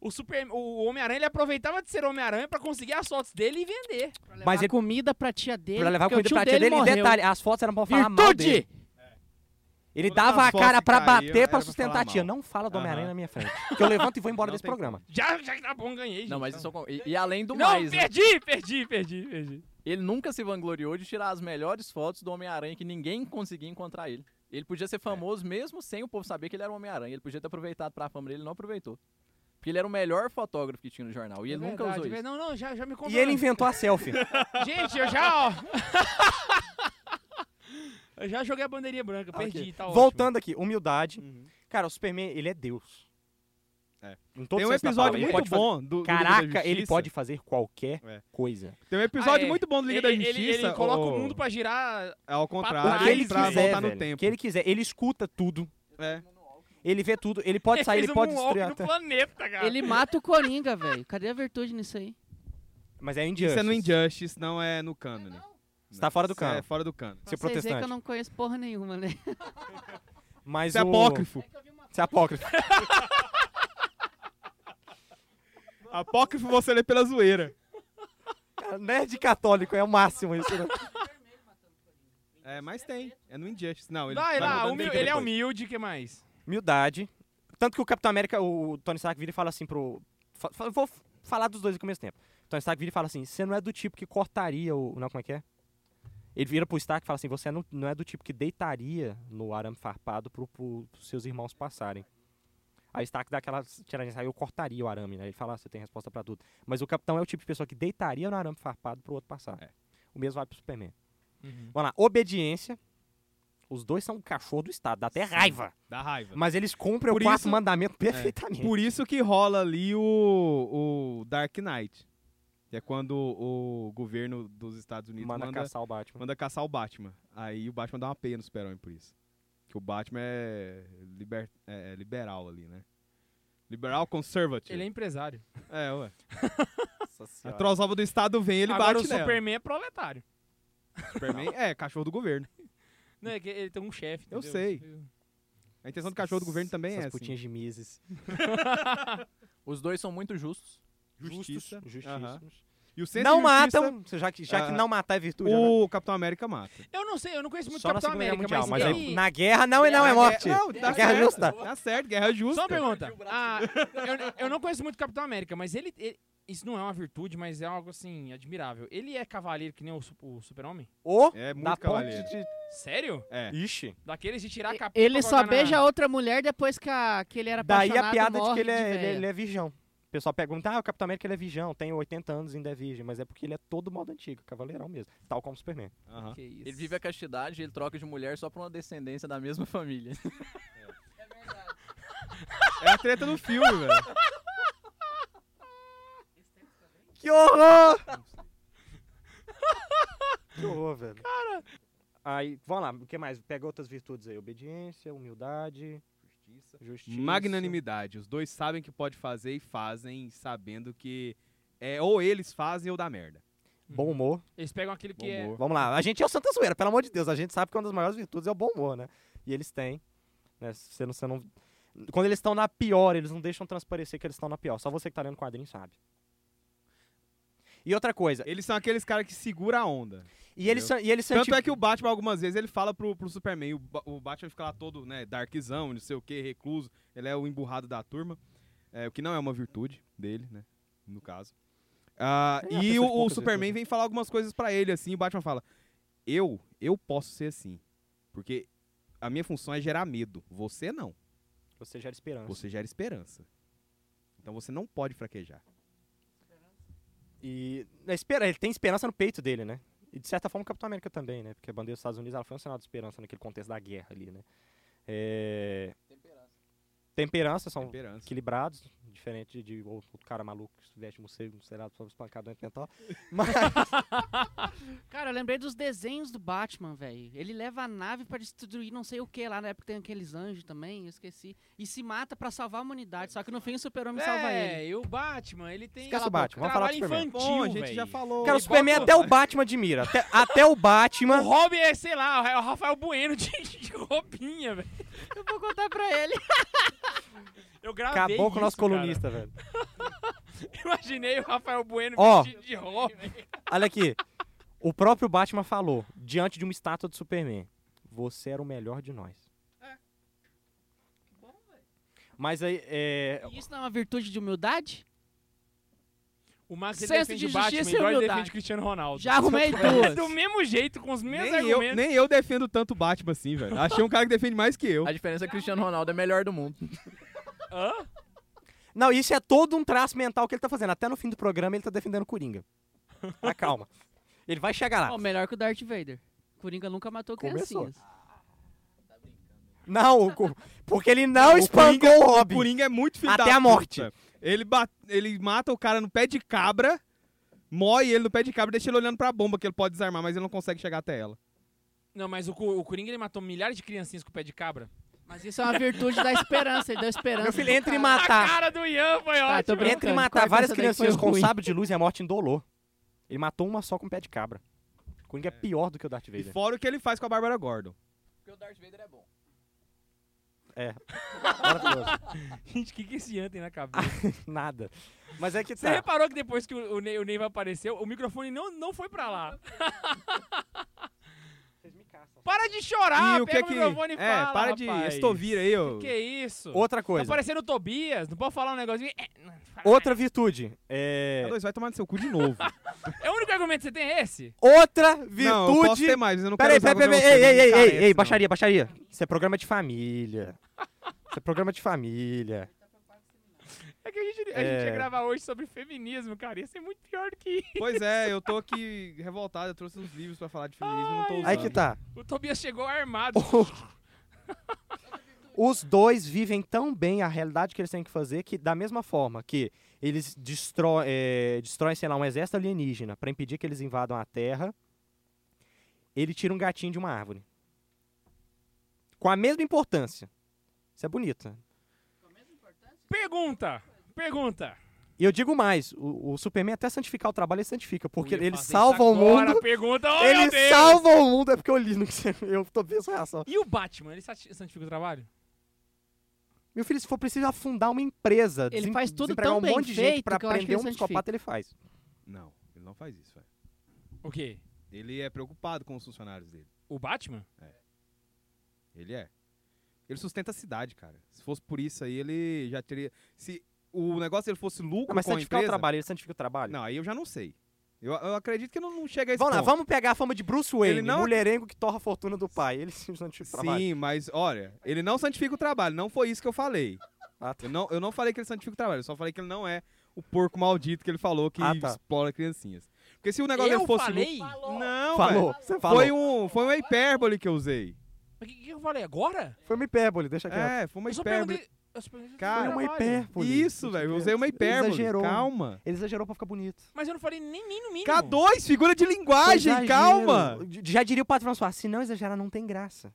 O, Super, o Homem-Aranha ele aproveitava de ser Homem-Aranha pra conseguir as fotos dele e vender.
Mas
Mas
levar
ele-
comida pra tia dele.
Pra levar
porque o
comida
tio
pra tia dele. E
morreu.
detalhe, as fotos eram pra falar mal
Virtude!
dele. Ele
Todas
dava
as
a
fotos
cara
que
pra
caíam,
bater
era
pra
pra
sustentar a
falar
tia.
mal.
Não fala do
Aham.
Homem-Aranha na minha frente. Que eu levanto e vou embora
Não
desse
tem
programa.
Já, já que tá bom, ganhei. gente.
Não, mas isso é um- e, e além do
Não,
mais, né?
perdi, perdi, perdi, perdi.
ele nunca se vangloriou de tirar as melhores fotos do Homem-Aranha que ninguém conseguia encontrar ele. Ele podia ser famoso mesmo sem o povo saber que ele era o Homem-Aranha. Ele podia ter aproveitado pra fama dele, ele não aproveitou. Porque ele era o melhor fotógrafo que tinha no jornal. E ele
É
nunca
verdade,
usou isso.
verdade. Não, não, já, já me
E ele
convidou.
inventou a selfie.
Gente, eu já, ó. *laughs* eu já joguei a bandeirinha branca, perdi,
Ok.
tá ótimo.
Voltando aqui, humildade. Cara, o Superman, ele é Deus.
É.
Em todo
Tem um
senso da
episódio
palavra, ele
muito
pode fazer-
bom do, do Liga da
Caraca, ele
Justiça.
pode fazer qualquer
É.
coisa.
Tem um
Ah,
episódio
é.
muito bom do Liga da
ele,
Justiça.
ele, ele coloca
ô-
o mundo pra girar.
É ao
pra
contrário,
O que
trás,
ele
pra
quiser,
voltar
velho,
no tempo.
O que ele quiser. Ele escuta tudo.
É.
Ele vê tudo.
*laughs*
Ele pode sair,
fez
ele
um
pode
walk
destruir
no
até...
planeta, cara.
Ele mata o Coringa, velho. Cadê a virtude nisso aí?
Mas é Injustice.
Isso é no Injustice, não é no cânone.
Você tá fora do
Isso é
cano.
fora do cano.
Pra
Ser
vocês verem que
protestante.
eu não conheço porra nenhuma, né?
Mas
Isso é
o-
apócrifo.
Isso é apócrifo.
Apócrifo você lê pela zoeira.
Cara, Nerd católico é o máximo isso. né?
É, mas tem. É no Injustice. Não, ele,
Vai
vai
lá,
voltando
humil-
tempo
ele é
depois.
humilde, que mais?
Humildade. Tanto que o Capitão América, o Tony Stark vira e fala assim pro... fa- fa- Vou falar dos dois ao mesmo tempo. Tony Stark vira e fala assim, você não é do tipo que cortaria o... Não, como é que é? Ele vira pro Stark e fala assim, você não, não é do tipo que deitaria no arame farpado pro, pro, pros seus irmãos passarem. Aí o Stark dá aquela tiradinha, "Ah, eu cortaria o arame, né? Ele fala, ah, você tem resposta pra tudo. Mas o Capitão é o tipo de pessoa que deitaria no arame farpado pro outro passar.
É.
O mesmo vai pro Superman. Vamos lá, obediência. Os dois são um cachorro do Estado, dá até raiva.
Dá raiva.
Mas eles cumprem
Por
o quarto
isso- é,
mandamento perfeitamente.
Por isso que rola ali o, o Dark Knight. Que é quando o governo dos Estados Unidos
Manda
manda,
caçar o Batman.
manda caçar o Batman. Aí o Batman dá uma peia no super-homem por isso. Que o Batman é, liber- é- é liberal ali, né? Liberal conservative.
Ele é empresário.
É, ué.
Nossa
A
senhora.
trozova do Estado vem, ele
Agora
bate
o
nela.
Superman é proletário.
Superman é cachorro do governo.
Não, é que ele tem um chefe.
Eu
entendeu?
sei. A intenção do cachorro do governo também
Essas
é assim.
putinhas de Mises.
Os dois são muito justos.
assim, Justiça.
Justíssimos.
Aham. E o centro
Não
de justiça,
matam, já que, já que
Ah.
não matar é virtude. já não-
O Capitão América mata.
Eu não sei, eu não conheço muito
Só na
Capitão
Segunda Guerra
América,
Mundial,
mas,
mas,
ele...
aí, na guerra não e não é morte.
é Não, tá
guerra
certo.
justa.
Tá certo, guerra justa.
Só uma pergunta. Ah, eu, eu não conheço muito Capitão América, mas ele, ele- Isso não é uma virtude, mas é algo assim, admirável. Ele é cavaleiro que nem o, su- o super-homem?
O
É muito
da ponte
cavaleiro.
de...
Sério?
É.
Ixi.
Daqueles de tirar a capa.
Ele só beija outra mulher depois que, a, que ele era
Daí a
apaixonado,
piada de
morre
que ele é, ele,
véia.
ele é virgão. O pessoal pergunta, ah, o Capitão América ele é virgão, tem 80 anos e ainda é virgem. Mas é porque ele é todo modo antigo, cavaleirão mesmo. Tal como o Superman.
Aham.
Ele vive a castidade, ele troca de mulher só pra uma descendência da mesma família.
É a treta do filme, velho.
Que horror! *laughs* que horror, velho. Cara. Aí, vamos lá, o que mais? Pega outras virtudes aí. Obediência, humildade,
Justiça.
justiça.
Magnanimidade. Os dois sabem que pode fazer e fazem, sabendo que é ou eles fazem ou dá merda.
Bom humor.
Eles pegam aquele que
Bom
é.
humor.
Vamos lá, a gente é o Santa Zoeira, pelo amor de Deus. A gente sabe que uma das maiores virtudes é o bom humor, né? E eles têm. Né? Você não, você não... Quando eles estão na pior, eles não deixam transparecer que eles estão na pior. Só você que tá lendo quadrinho sabe. E outra coisa,
Eles são aqueles caras que segura a onda.
e eles, são, e eles são
Tanto
tipo-
é que o Batman, algumas vezes, ele fala pro, pro Superman. O, Ba- o Batman fica lá todo, né, darkzão, não sei o que, recluso. Ele é o emburrado da turma. é, o que não é uma virtude dele, né? No caso. Ah,
É,
e
pessoa de
o, o
poucas
Superman
virtudes,
vem falar algumas coisas pra ele, assim. E o Batman fala: Eu, eu posso ser assim. Porque a minha função é gerar medo. Você não.
Você gera esperança.
Você gera esperança. Então você não pode fraquejar.
E é, espera, ele tem esperança no peito dele, né? E de certa forma o Capitão América também, né? Porque a bandeira dos Estados Unidos ela foi um sinal de esperança naquele contexto da guerra ali, né? É... Temperança. são
Esperança.
equilibrados, Diferente de outro outro cara maluco que veste um morcego, será só espancado dentro mental. Mas
Cara, eu lembrei dos desenhos do Batman, velho. Ele leva a nave pra destruir não sei o que lá, na época tem aqueles anjos também, eu esqueci. E se mata pra salvar a humanidade, só que no fim o super-homem salva ele.
É, e o Batman, ele tem Cala
Esquece o
a boca,
Batman, vamos falar
trabalho
do Superman.
infantil,
Bom, a gente
véi.
já falou.
cara, o
Ele
Superman
bota-
até o Batman de mira. Até, até
*laughs*
o
O
Batman.
Robin é, sei lá, é o Rafael Bueno de, de roupinha, velho.
Eu vou contar
*laughs*
pra ele.
Eu gravei
Acabou com o nosso
isso, cara.
colunista, velho.
*laughs* Imaginei o Rafael Bueno
Ó.
vestido de Robin.
Olha aqui. O próprio Batman falou, diante de uma estátua do Superman: Você era o melhor de nós. Mas aí, é,
E Isso não é uma virtude de humildade?
O Max ele
Senso
defende
de
o Batman,
justiça e
igual ele
humildade.
defende o Cristiano Ronaldo.
Já arrumei
É
duas.
do mesmo jeito, com os mesmos
Nem eu,
argumentos.
nem eu defendo tanto o Batman
*laughs*
assim, velho. Achei um cara que defende mais que eu.
A diferença é que Cristiano Ronaldo é melhor do mundo.
Hã?
Não, isso é todo um traço mental que ele tá fazendo. Até no fim do programa ele tá defendendo o Coringa. Ah, calma. Ele vai chegar lá.
Ó, melhor que o Darth Vader. Coringa nunca matou
Começou.
criancinhas.
Não, o Cor- porque ele não
O
espancou o
O
Robin.
Coringa é muito filho
Até
da
a morte.
puta. Ele, ba- ele mata o cara no pé de cabra, mói ele no pé de cabra e deixa ele olhando pra bomba que ele pode desarmar, mas ele não consegue chegar até ela.
Não, mas o, Cu- o Coringa ele matou milhares de criancinhas com o pé de cabra.
Mas isso é uma virtude da esperança, ele deu esperança.
Meu filho, entre
pro cara.
A
matar,
cara do Ian foi
Tá, tô
ótima.
brincando.
entre
Qual é
matar
que
várias
essa daí
criancinhas
foi
com
ruim?
sabre de luz é a morte indolor. Ele matou uma só com o pé de cabra. O Coringa é pior do que o Darth
E
Vader.
fora o que ele faz com a Bárbara Gordon.
Porque o Darth Vader é bom.
Maravilhoso.
*laughs* Gente, o que, que esse Ian tem na cabeça?
Nada. Mas é que
Você
tá.
reparou que depois que o, o, Ney, o Ney apareceu, o microfone não, não foi pra *laughs* lá. Para de chorar,
Ah,
e o que
pega
é que.
o microfone
é,
e fala,
para de
rapaz.
estovir aí, ô.
Que isso?
Outra
Tá
coisa.
parecendo o Tobias, não pode falar um negocinho. É, não, fala.
Outra virtude. É...
Dois, vai tomar no seu cu de novo.
É o único argumento que você tem é esse?
Outra
Não, eu posso
*laughs* virtude
ter mais, mas eu não
Peraí,
quero usar
peraí, peraí,
contra
ei,
você, não me
ei, ei,
encarece,
ei, ei,
não.
baixaria, baixaria. Isso é programa de família. Isso é programa de família.
É que a gente, a
É.
gente ia gravar hoje sobre feminismo, cara. Ia ser muito pior do que isso.
Pois é, eu tô aqui revoltado, eu trouxe uns livros pra falar de feminismo, eu não tô usando.
Aí que tá.
O Tobias chegou
*laughs*
armado.
Os dois vivem tão bem a realidade que eles têm que fazer que, da mesma forma que eles destro é, destroem, sei lá, um exército alienígena pra impedir que eles invadam a Terra, ele tira um gatinho de uma árvore. Com a mesma importância. Isso é bonito. né?
Pergunta! Pergunta!
E eu digo mais, o, o Superman até santificar o trabalho, ele santifica, porque
Eu ia
ele
fazer
salva
isso
o
agora,
mundo
Pergunta, oh, meu
Ele
Deus!
salva o mundo, é porque eu li no que você- *laughs* Eu tô vendo essa reação.
E o Batman, ele sati- santifica o trabalho?
Meu filho, se for preciso afundar uma empresa,
Ele
desem-
faz tudo
desempregar
tão
um
bem
monte de gente
feito
pra
que eu acho que
prender
ele
um psicopata, ele faz.
Não, ele não faz isso, velho.
O quê?
Ele é preocupado com os funcionários dele.
O Batman?
Ele é. Ele sustenta a cidade, cara. Se fosse por isso aí, ele já teria. Se o negócio dele fosse lucro
Não, mas
com a
santificar
empresa...
o trabalho, ele santifica o trabalho.
Não, aí eu já não sei. Eu, eu acredito que não, não chega a esse
Vamos lá,
ponto.
vamos pegar a fama de Bruce Wayne,
não-
mulherengo que torra a fortuna do pai. Ele *laughs* se santifica o trabalho.
Sim, mas olha, ele não santifica o trabalho. Não foi isso que eu falei.
Ah, tá.
Eu não, eu não falei que ele santifica o trabalho. Eu só falei que ele não é o porco maldito que ele falou que
Ah, tá.
explora criancinhas. Porque se o negócio
eu
dele fosse
falei?
lucro...
Mas
Não, velho.
falou, você falou.
Foi, um, foi uma hipérbole que eu usei.
O que, que eu falei agora?
Foi uma hipérbole, deixa quieto.
É, foi uma
eu só
hipérbole.
perguntei... eu só perguntei sobre
Cara,
Foi
o
uma
trabalho.
hipérbole.
Isso, velho. Eu usei uma hipérbole.
Exagerou.
Calma.
Ele exagerou pra ficar bonito.
Mas eu não falei nem, nem no mínimo.
K2, figura de
Foi
linguagem,
exagero.
calma.
Já diria o Patrão Soares, se não exagerar, não tem *laughs* graça.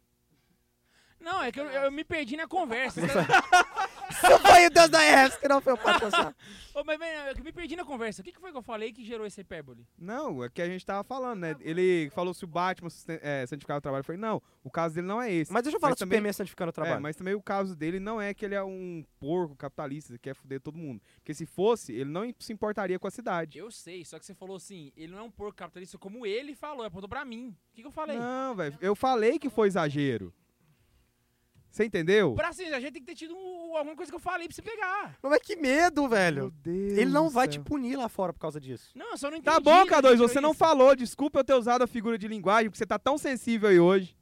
Não, é que eu, eu me perdi na conversa.
foi é o Deus da Ers, que não foi o Patrão *laughs* Soares.
Ô, mas, mas, eu me perdi na conversa. O que, que foi que eu falei que gerou essa hipérbole?
Não, é que a gente tava falando, né? Ele falou se o Batman susten- é, santificava o trabalho. Eu falei, não, o caso dele não é esse.
Mas deixa eu falar
Mas
do
também-
Superman santificando o trabalho.
É, mas também o caso dele não é que ele é um porco capitalista que quer foder todo mundo. Porque se fosse, ele não se importaria com a cidade.
Eu sei, só que você falou assim, ele não é um porco capitalista como ele falou, apontou pra mim. O que, que eu falei?
Não, velho. Eu falei que foi exagero. Você entendeu?
Pra assim, a gente tem que ter tido um- alguma coisa que eu falei pra você pegar.
Mas que medo, velho.
Deus.
Ele não
do
vai te
céu.
punir lá fora por causa disso.
Não, eu só não entendi.
Tá bom,
que ele
K2,
gerou
você não
isso.
falou. Desculpa eu ter usado a figura de linguagem, porque você tá tão sensível aí hoje.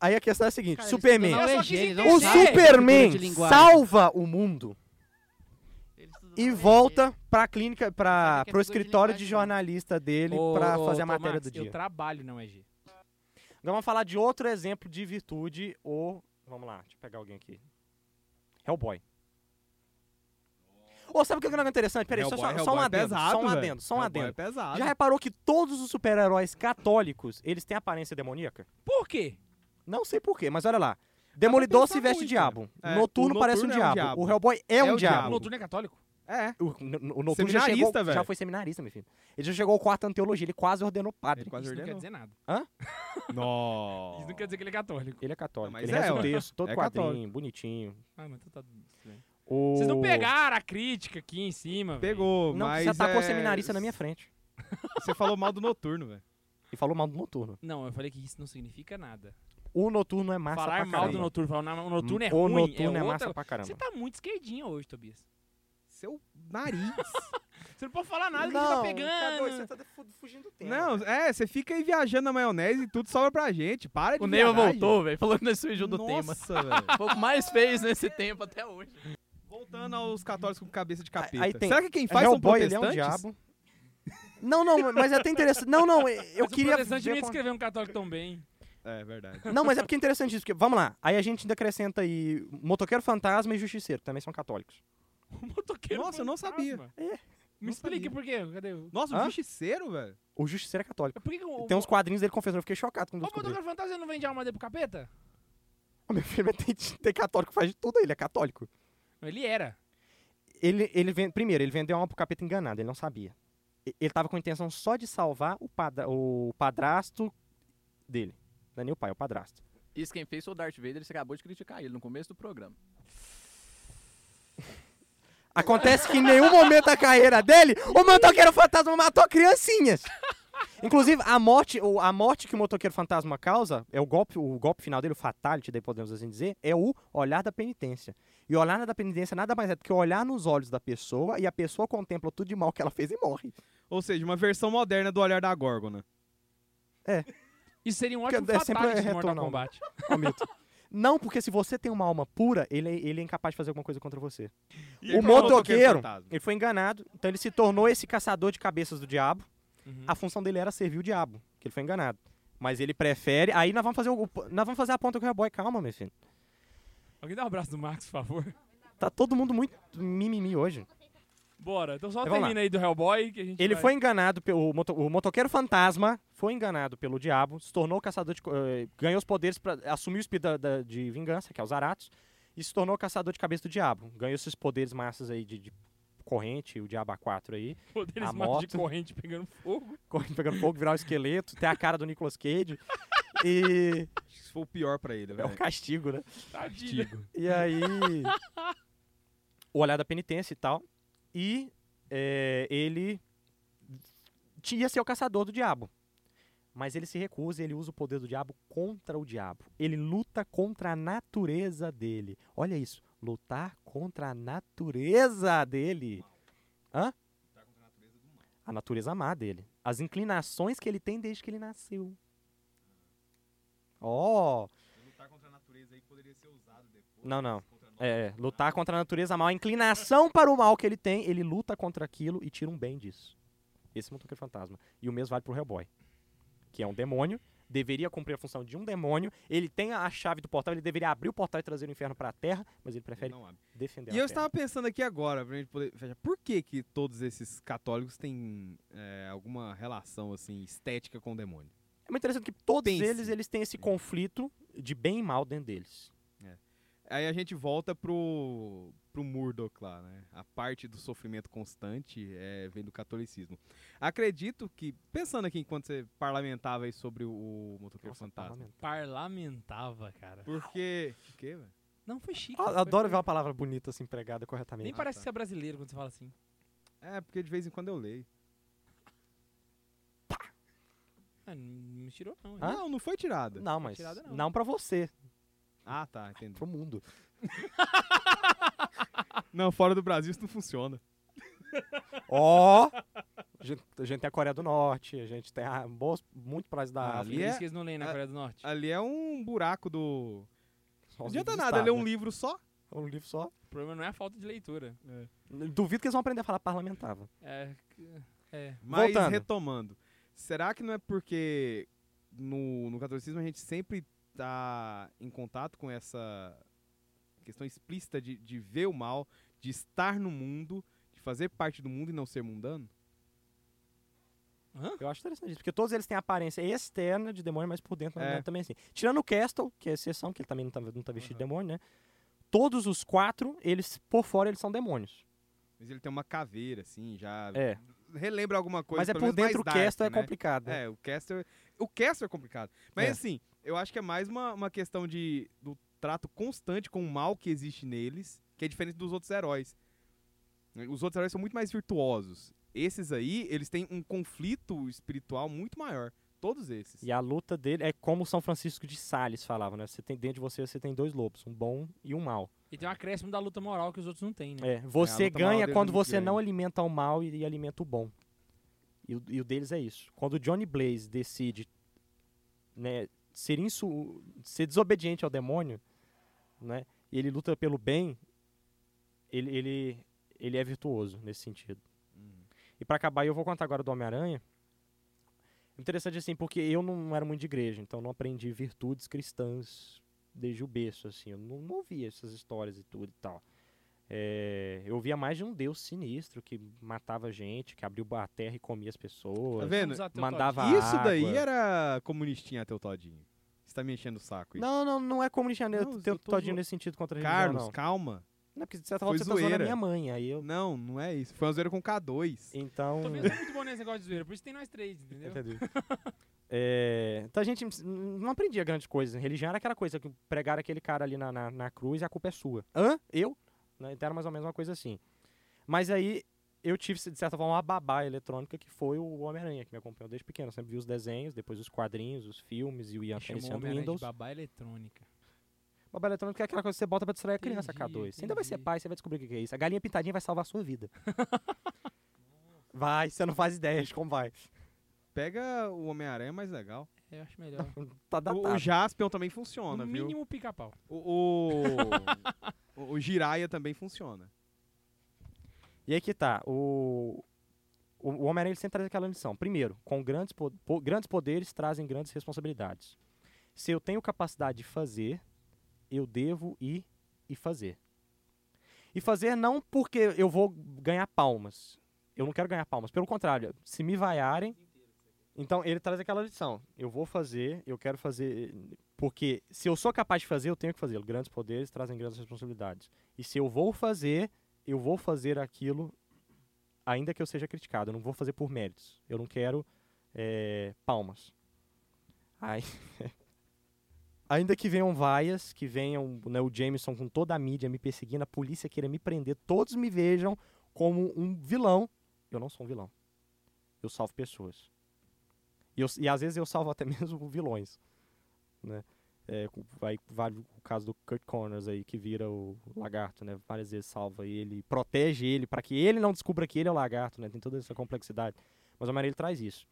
Aí a questão é a seguinte:
Cara, eles
Superman.
Eu
estudam na
só
UEG,
quis
eles não
entender.
O
Não sabe
sabem
Superman
cultura de linguagem.
salva o mundo
Eles estudam
e
na UEG.
volta pra clínica,
Sabe
pra,
que é
pro
figura de
escritório de
linguagem, né?
jornalista dele
Ô,
pra
ô,
fazer a
Tomás,
matéria do
Eu
dia.
trabalho na UEG.
Agora Então, vamos falar de outro exemplo de virtude ou. Vamos lá, deixa eu pegar alguém aqui. Hellboy. Ou sabe o que é um negócio interessante? Peraí, só,
Hellboy-
só- só um
Hellboy é
adendo, só um
velho.
adendo, só um
Hellboy
adendo.
É pesado.
Já reparou que todos os super-heróis católicos, eles têm aparência demoníaca?
Por quê?
Não sei porquê, mas olha lá. Demolidor se
pensar
veste
muito,
diabo.
É,
noturno
o
parece um
Noturno é um
diabo.
diabo.
O Hellboy é, um
o
O
Ah,
diabo.
diabo.
Noturno é católico?
É.
O, o- o Noturno já
Seminarista,
chegou,
velho.
já foi seminarista, meu filho. Ele já chegou ao quarto ano de teologia, ele quase ordenou padre.
Ele quase
Isso não quer
ordenou.
dizer nada.
Nó.
Isso não quer dizer que ele é católico.
Ele é católico.
Mas
ele
é,
reza o
ué.
texto, todo
É
quadrinho,
católico.
bonitinho.
Ah, mas tá- tá tudo bem.
O-
Vocês não pegaram a crítica aqui em cima, velho.
Pegou,
Não,
mas.
você atacou
é...
o seminarista na minha frente.
Você falou mal do noturno, velho.
E falou mal do noturno.
Não, eu falei que isso não significa nada.
O noturno é massa
Falar
pra
mal do
caramba.
noturno, falar na- o noturno é
o
ruim,
noturno é,
outra-
massa pra caramba.
Você tá muito esquerdinha hoje, Tobias.
Seu nariz.
Você não pode falar nada que a gente tá pegando.
tá fugindo do
*laughs* não, é, você fica aí viajando na maionese e tudo sobra pra gente. Para de
O Neiva
viagem.
voltou, velho. Falou que nós fugiu do tema.
*laughs* Nossa, velho.
Foi o que mais fez nesse tempo até hoje.
Voltando aos católicos com cabeça de capeta.
aí tem-
Será que quem
Mas
faz são
Hellboy, ele é um
protestantes?
diabo. Não, não, mas é até interessante. Não, não, eu
Mas o
queria.
protestante
ver
nem
com-
descreveu um católico tão bem. *laughs*
É verdade.
Não, mas é porque é interessante isso. Porque, vamos lá. Aí a gente ainda acrescenta aí Motoqueiro Fantasma e Justiceiro, que também são católicos.
O motoqueiro
Nossa, eu não
fantasma.
sabia.
É.
Me
Não
explique
sabia.
por quê. Cadê o...
Nossa,
Hã?
o justiceiro, velho.
O Justiceiro é católico.
Por que que o...
Tem uns quadrinhos dele confessando. Eu fiquei chocado quando
o
eu descobri.
motoqueiro fantasma não vende alma dele pro capeta?
O *laughs* meu filho tem, tem católico, faz de tudo aí, ele é católico.
Não, Ele era.
Ele, ele ven- Primeiro, ele vendeu alma pro capeta enganado, ele não sabia. E- Ele tava com a intenção só de salvar o, padra- o padrasto dele. Não é nem o pai, é o padrasto.
Isso quem fez foi o Darth Vader, você acabou de criticar ele no começo do programa.
Acontece que em nenhum momento da carreira dele, o motoqueiro fantasma matou criancinhas. Inclusive, a morte, o- a morte que o motoqueiro fantasma causa, é o golpe, o golpe final dele, o fatality, daí podemos assim dizer, é o olhar da penitência. E o olhar da penitência nada mais é do que olhar nos olhos da pessoa e a pessoa contempla tudo de mal que ela fez e morre.
Ou seja, uma versão moderna do olhar da górgona.
Isso seria um
Porque
ótimo
é sempre
fatality de Mortal
retorno ao-
Kombat.
Ó, Milton. Não, porque se você tem uma alma pura, ele, é- ele é incapaz de fazer alguma coisa contra você.
E
o
pra
motoqueiro,
fantasma?
ele foi enganado, então ele se tornou esse caçador de cabeças do diabo.
Uhum.
A função dele era servir o diabo, que ele foi enganado. Mas ele prefere. Aí nós vamos fazer o. Nós vamos fazer a ponta com o Hellboy. Calma, meu filho.
Alguém dá um abraço do Marcos, por favor.
Tá todo mundo muito mimimi hoje.
Bora, então só
Então vamos
termina aí do Hellboy que a gente
Ele
vai-
foi enganado pelo. O, moto- o motoqueiro fantasma foi enganado pelo diabo, se tornou caçador de. co- eh, ganhou os poderes para assumir o espírito da- da- de vingança, que é o Zaratos, e se tornou caçador de cabeça do diabo. Ganhou esses poderes massas aí de, de corrente, o diabo A4 aí. *laughs*
poderes
a
mágicos de
moto.
corrente pegando fogo.
Correndo, pegando fogo, virar um esqueleto, ter a cara do Nicolas Cage. E.
Acho que isso foi o pior pra ele,
É um
velho.
castigo, né?
Tadinho.
E aí. o olhar da penitência e tal. E é, ele tinha ser o caçador do diabo. Mas ele se recusa, ele usa o poder do diabo contra o diabo. Ele luta contra a natureza dele. Olha isso, lutar contra a natureza dele. Hã? A natureza má dele. As inclinações que ele tem desde que ele nasceu. Ó,
Lutar contra a natureza aí poderia ser usado depois.
não, não. É, é, lutar contra a natureza mal, a inclinação para o mal que ele tem, ele luta contra aquilo e tira um bem disso. Esse é o motoqueiro fantasma. E o mesmo vale pro Hellboy, que é um demônio, deveria cumprir a função de um demônio, ele tem a chave do portal, ele deveria abrir o portal e trazer o inferno para a Terra, mas ele prefere
Não abre.
defender
E
a
eu
Terra.
estava pensando aqui agora, pra gente poder fechar, por que que todos esses católicos têm é, alguma relação, assim, estética com o demônio?
É muito interessante que todos
Pense.
eles, eles têm esse conflito de bem e mal dentro deles.
Aí a gente volta pro, pro Murdoch lá, né? A parte do sofrimento constante é, vem do catolicismo. Acredito que, pensando aqui enquanto você parlamentava aí sobre o motoqueiro
Nossa,
fantasma,
parlamentar.
Parlamentava, cara.
porque... O quê, velho?
Não foi chique.
Ah,
foi-
Adoro ver
foi-
uma palavra bonita assim empregada
Nem
corretamente.
parece
tá.
que você é brasileiro quando você fala assim.
É, porque de vez em quando eu leio.
Ah, não me tirou não.
Hã?
Não, não foi tirada.
Não, mas
tirada não.
não, pra você,
Ah, tá, entendi.
pro
*laughs*
mundo.
Não, fora do Brasil isso não funciona.
Ó! A gente- a gente tem a Coreia do Norte, a gente tem a boas, muito países da
Ah,
Por
ali
África.
isso
é-
que eles não leem na
a-
Coreia do Norte.
ah.
Ali é um buraco do...
Só
Não
os
adianta
livros do
nada,
Estado,
ler um
né?
livro só.
É um livro só.
O problema não é a falta de leitura.
Duvido que eles vão aprender a falar parlamentava.
É. que- é.
Mas
Voltando.
retomando, será que não é porque no, no catolicismo a gente sempre tá em contato com essa questão explícita de, de ver o mal, de estar no mundo, fazer parte do mundo e não ser mundano?
Eu acho interessante isso, porque todos eles têm aparência externa de demônio, mas por dentro na
É.
verdade, também assim. Tirando o Castle, que é exceção, que ele também não tá, não tá vestido de demônio, né? Todos os quatro, eles, por fora, eles são demônios.
Mas ele tem uma caveira, assim, já.
É.
Relembra alguma coisa.
mas é por
pelo menos mais
dentro o
dark,
Castle é
né?
complicado. né?
É, o Castle. O Castle é complicado. Mas
É.
assim, eu acho que é mais uma, uma questão de do trato constante com o mal que existe neles, que é diferente dos outros heróis. Os outros heróis são muito mais virtuosos. Esses aí, eles têm um conflito espiritual muito maior. Todos esses.
E a luta dele é como o São Francisco de Sales falava, né? Você tem dentro de você, você tem dois lobos, um bom e um mal.
E tem um acréscimo da luta moral que os outros não têm, né?
É, você
luta moral
ganha
deles é
quando
muito
você
grande.
não alimenta o mal e, e alimenta o bom. E, o- e o deles é isso. Quando o Johnny Blaze decide né, ser, insu, ser desobediente ao demônio, né, e ele luta pelo bem, ele, ele, ele é virtuoso nesse sentido. E pra acabar, eu vou contar agora do Homem-Aranha. Interessante assim, porque eu não era muito de igreja, então eu não aprendi virtudes cristãs desde o berço, assim. Eu não, não ouvia essas histórias e tudo e tal. É, eu ouvia mais de um deus sinistro que matava gente, que abriu a terra e comia as
Tá
pessoas.
vendo?
Vamos ateu
mandava-
todinho.
Isso daí
água.
era comunistinha até o Todinho. Você tá me enchendo o saco. isso.
Não, não, não é como
Não,
eu
eu
teu
tô
todinho
zo-
nesse sentido contra a religião,
Carlos,
não.
calma.
Não, porque de certa forma
Foi
você tá zoando a
zoeira.
minha mãe, aí eu...
Não, não é isso. Foi uma zoeira com K2.
Então...
Tô vendo que é muito bom nesse negócio de zoeira, por isso tem nós três, entendeu?
*laughs* Entendi. É, então a gente n- não aprendia grandes coisas. Religião era aquela coisa que pregaram aquele cara ali na, na, na cruz e a culpa é sua. Hã? Eu? Né, Então era mais ou menos uma coisa assim. Mas aí eu tive, de certa forma, uma babá eletrônica que foi o Homem-Aranha, que me acompanhou desde pequeno. Eu sempre vi os desenhos, depois os quadrinhos, os filmes e o Ian
Chamou
aparecendo
o Homem-Aranha de
Windows.
babá eletrônica.
Babá eletrônica é aquela coisa que você bota pra distrair a criança,
Entendi,
K2. Você ainda vai ser
entendi.
pai, você vai descobrir o que que é isso. A galinha pintadinha vai salvar a sua
*laughs*
vida. vai, você não faz ideia de como vai.
Pega o Homem-Aranha é mais legal.
Eu acho melhor.
Tá né,
O,
datado.
o Jaspion também
No
funciona, viu?
mínimo um pica-pau.
O, o, o, o Jiraiya também funciona.
E aí que tá, o, o, o Homem-Aranha ele sempre traz aquela lição. Primeiro, com grandes, po- po- grandes poderes trazem grandes responsabilidades. Se eu tenho capacidade de fazer, eu devo ir e fazer. E fazer não porque eu vou ganhar palmas. Eu não quero ganhar palmas. Pelo contrário, se me vaiarem. Então ele traz aquela lição. Eu vou fazer, eu quero fazer. Porque se eu sou capaz de fazer, eu tenho que fazê-lo. Grandes poderes trazem grandes responsabilidades. E se eu vou fazer, eu vou fazer aquilo ainda que eu seja criticado. Eu não vou fazer por méritos. Eu não quero eh, palmas. Ai. *laughs* ainda que venham vaias, que venham né, o Jameson com toda a mídia me perseguindo, a polícia queira me prender, todos me vejam como um vilão. Eu não sou um vilão. Eu salvo pessoas. E, eu- e às vezes eu salvo até *laughs* mesmo vilões. Né? É, com- vai, vale o caso do Kurt Connors aí, que vira o lagarto, né? Várias vezes salva ele, protege ele, para que ele não descubra que ele é o lagarto, né? Tem toda essa complexidade. Mas o homem ele traz isso.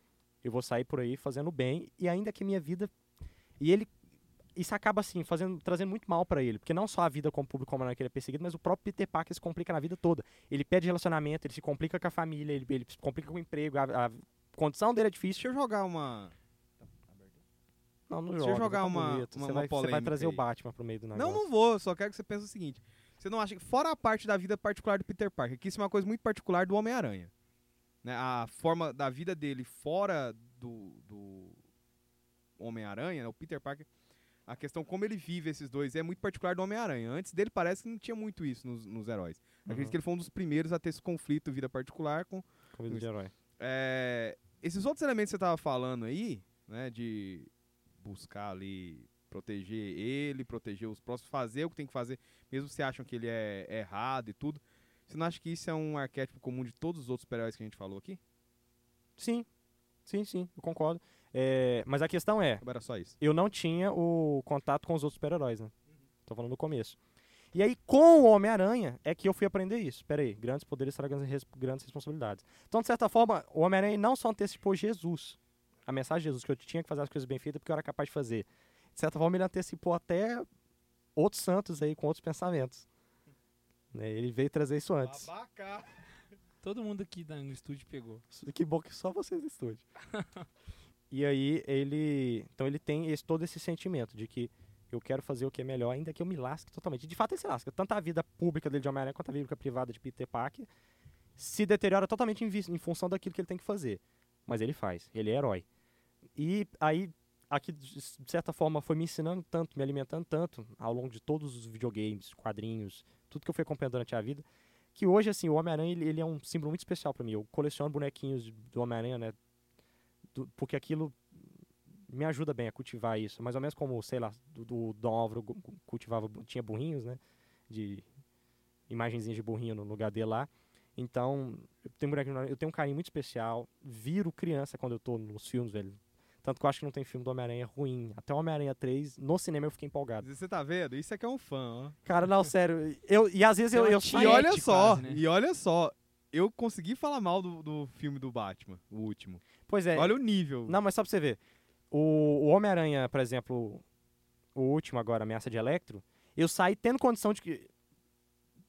Eu vou sair por aí fazendo bem, e ainda que minha vida. E ele. Isso acaba assim, fazendo, trazendo muito mal para ele. Porque não só a vida como público homem que ele é perseguido, mas o próprio Peter Parker se complica na vida toda. Ele perde relacionamento, ele se complica com a família, ele, ele se complica com o emprego, a, a condição dele é difícil.
Deixa eu jogar uma.
Não, não
Deixa eu
joga,
jogar
tá
uma-
bonito.
uma-
você,
uma
vai, você vai
polêmica
trazer o
aí.
Batman pro meio do negócio.
Não, não vou, só quero que você pense o seguinte. Você não acha que, fora a parte da vida particular do Peter Parker, que isso é uma coisa muito particular do Homem-Aranha. né? A forma da vida dele fora do, do Homem-Aranha, né? o Peter Parker, a questão como ele vive esses dois é muito particular do Homem-Aranha. Antes dele parece que não tinha muito isso nos, nos heróis. Acredito
Uhum.
que ele foi um dos primeiros a ter esse conflito vida particular com
Convida de herói.
É, esses outros elementos que você tava falando aí, né, de buscar ali proteger ele, proteger os próximos, fazer o que tem que fazer, mesmo se acham que ele é errado e tudo. Você não acha que isso é um arquétipo comum de todos os outros super-heróis que a gente falou aqui?
Sim, sim, sim, eu concordo. É, mas a questão é,
Ou Era só isso.
eu não tinha o contato com os outros super-heróis, né? Tô falando no começo. E aí, com o Homem-Aranha, é que eu fui aprender isso. Pera aí, grandes poderes serão grandes, res- grandes responsabilidades. Então, de certa forma, o Homem-Aranha não só antecipou Jesus, a mensagem de Jesus, que eu tinha que fazer as coisas bem feitas porque eu era capaz de fazer. De certa forma, ele antecipou até outros santos aí, com outros pensamentos. Né, Ele veio trazer isso antes.
Babaca!
Todo mundo aqui da- no estúdio pegou.
Que bom que só vocês estudem. e aí ele, então ele tem esse, todo esse sentimento de que eu quero fazer o que é melhor, ainda que eu me lasque totalmente. De fato ele se lasca, tanto a vida pública dele de Homem-Aranha quanto a vida privada de Peter Parker. se deteriora totalmente em, vis- em função daquilo que ele tem que fazer. Mas ele faz, ele é herói. E aí, aqui, de s- de certa forma, foi me ensinando tanto, me alimentando tanto, ao longo de todos os videogames, quadrinhos, tudo que eu fui acompanhando durante a vida, que hoje, assim, o Homem-Aranha, ele, ele é um símbolo muito especial para mim. Eu coleciono bonequinhos de- do Homem-Aranha, né? do- porque aquilo me ajuda bem a cultivar isso. Mais ou menos como, sei lá, do, do Dom Álvaro gu- gu- cultivava, bu- tinha burrinhos, né? De imagenzinhas de burrinho no lugar dele lá. Então, eu tenho, bonequinho do Homem-Aranha, eu tenho um carinho muito especial. Viro criança quando eu tô nos filmes, velho. Tanto que eu acho que não tem filme do Homem-Aranha ruim. Até o Homem-Aranha 3, no cinema eu fiquei empolgado.
Você tá vendo? Isso é que é um fã, ó.
Cara, não, sério. Eu, e às vezes
Tem
eu,
uma
eu
tia
E
Patético
olha só,
quase, né?
e olha só, eu consegui falar mal do, do filme do Batman, o último.
Pois é.
Olha o nível.
Não, mas só pra você ver. O, o Homem-Aranha, por exemplo, o último agora, Ameaça de Electro, eu saí tendo condição de que.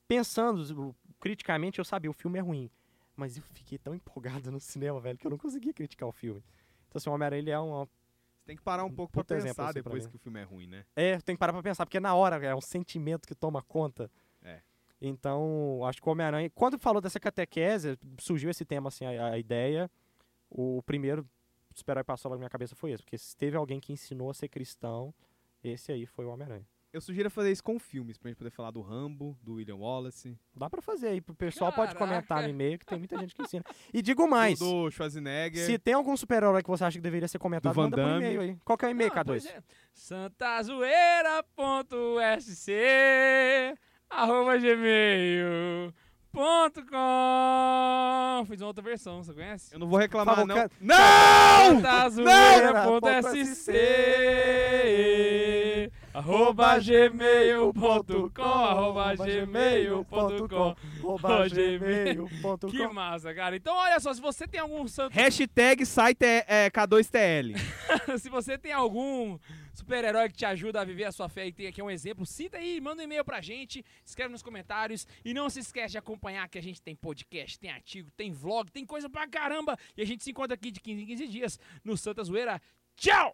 Pensando tipo, criticamente, eu sabia, o filme é ruim. Mas eu fiquei tão empolgado no cinema, velho, que eu não conseguia criticar o filme. Então, assim, o Homem-Aranha ele é uma.
Você tem que parar um
Um
pouco pra
puta exemplo,
pensar
assim, pra
depois
mim.
que o filme é ruim, né?
É, tem que parar pra pensar, porque na hora é um sentimento que toma conta.
É.
Então, acho que o Homem-Aranha. Quando falou dessa catequese, surgiu esse tema, assim, a, a ideia. O primeiro super-herói que passou logo na minha cabeça foi esse, porque se teve alguém que ensinou a ser cristão, esse aí foi o Homem-Aranha.
Eu sugiro é fazer isso com filmes, pra gente poder falar do Rambo, do William Wallace,
Dá pra fazer aí, o pessoal pode
Caraca.
comentar no e-mail, que tem muita gente que ensina. E digo mais,
do do Schwarzenegger.
se tem algum super-herói que você acha que deveria ser comentado,
Do Van
manda por
Damme.
e-mail aí. Qual que é o e-mail,
Não, pois
K2?
é. santazoeira.sc arroba gmail.com Fiz uma outra versão, você conhece?
Eu não vou reclamar,
Por
não.
favor,
Não!
santazoeira.sc arroba gmail.com arroba gmail.com
arroba
Que
gmail.com
massa, cara. Então, olha só, se você tem algum santo
Hashtag site é, é, K2TL.
*laughs* se você tem algum super-herói que te ajuda a viver a sua fé e tem aqui um exemplo, cita aí, manda um e-mail pra gente, escreve nos comentários e não se esquece de acompanhar que a gente tem podcast, tem artigo, tem vlog, tem coisa pra caramba e a gente se encontra aqui de 15 em 15 dias no Santa Zoeira. Tchau!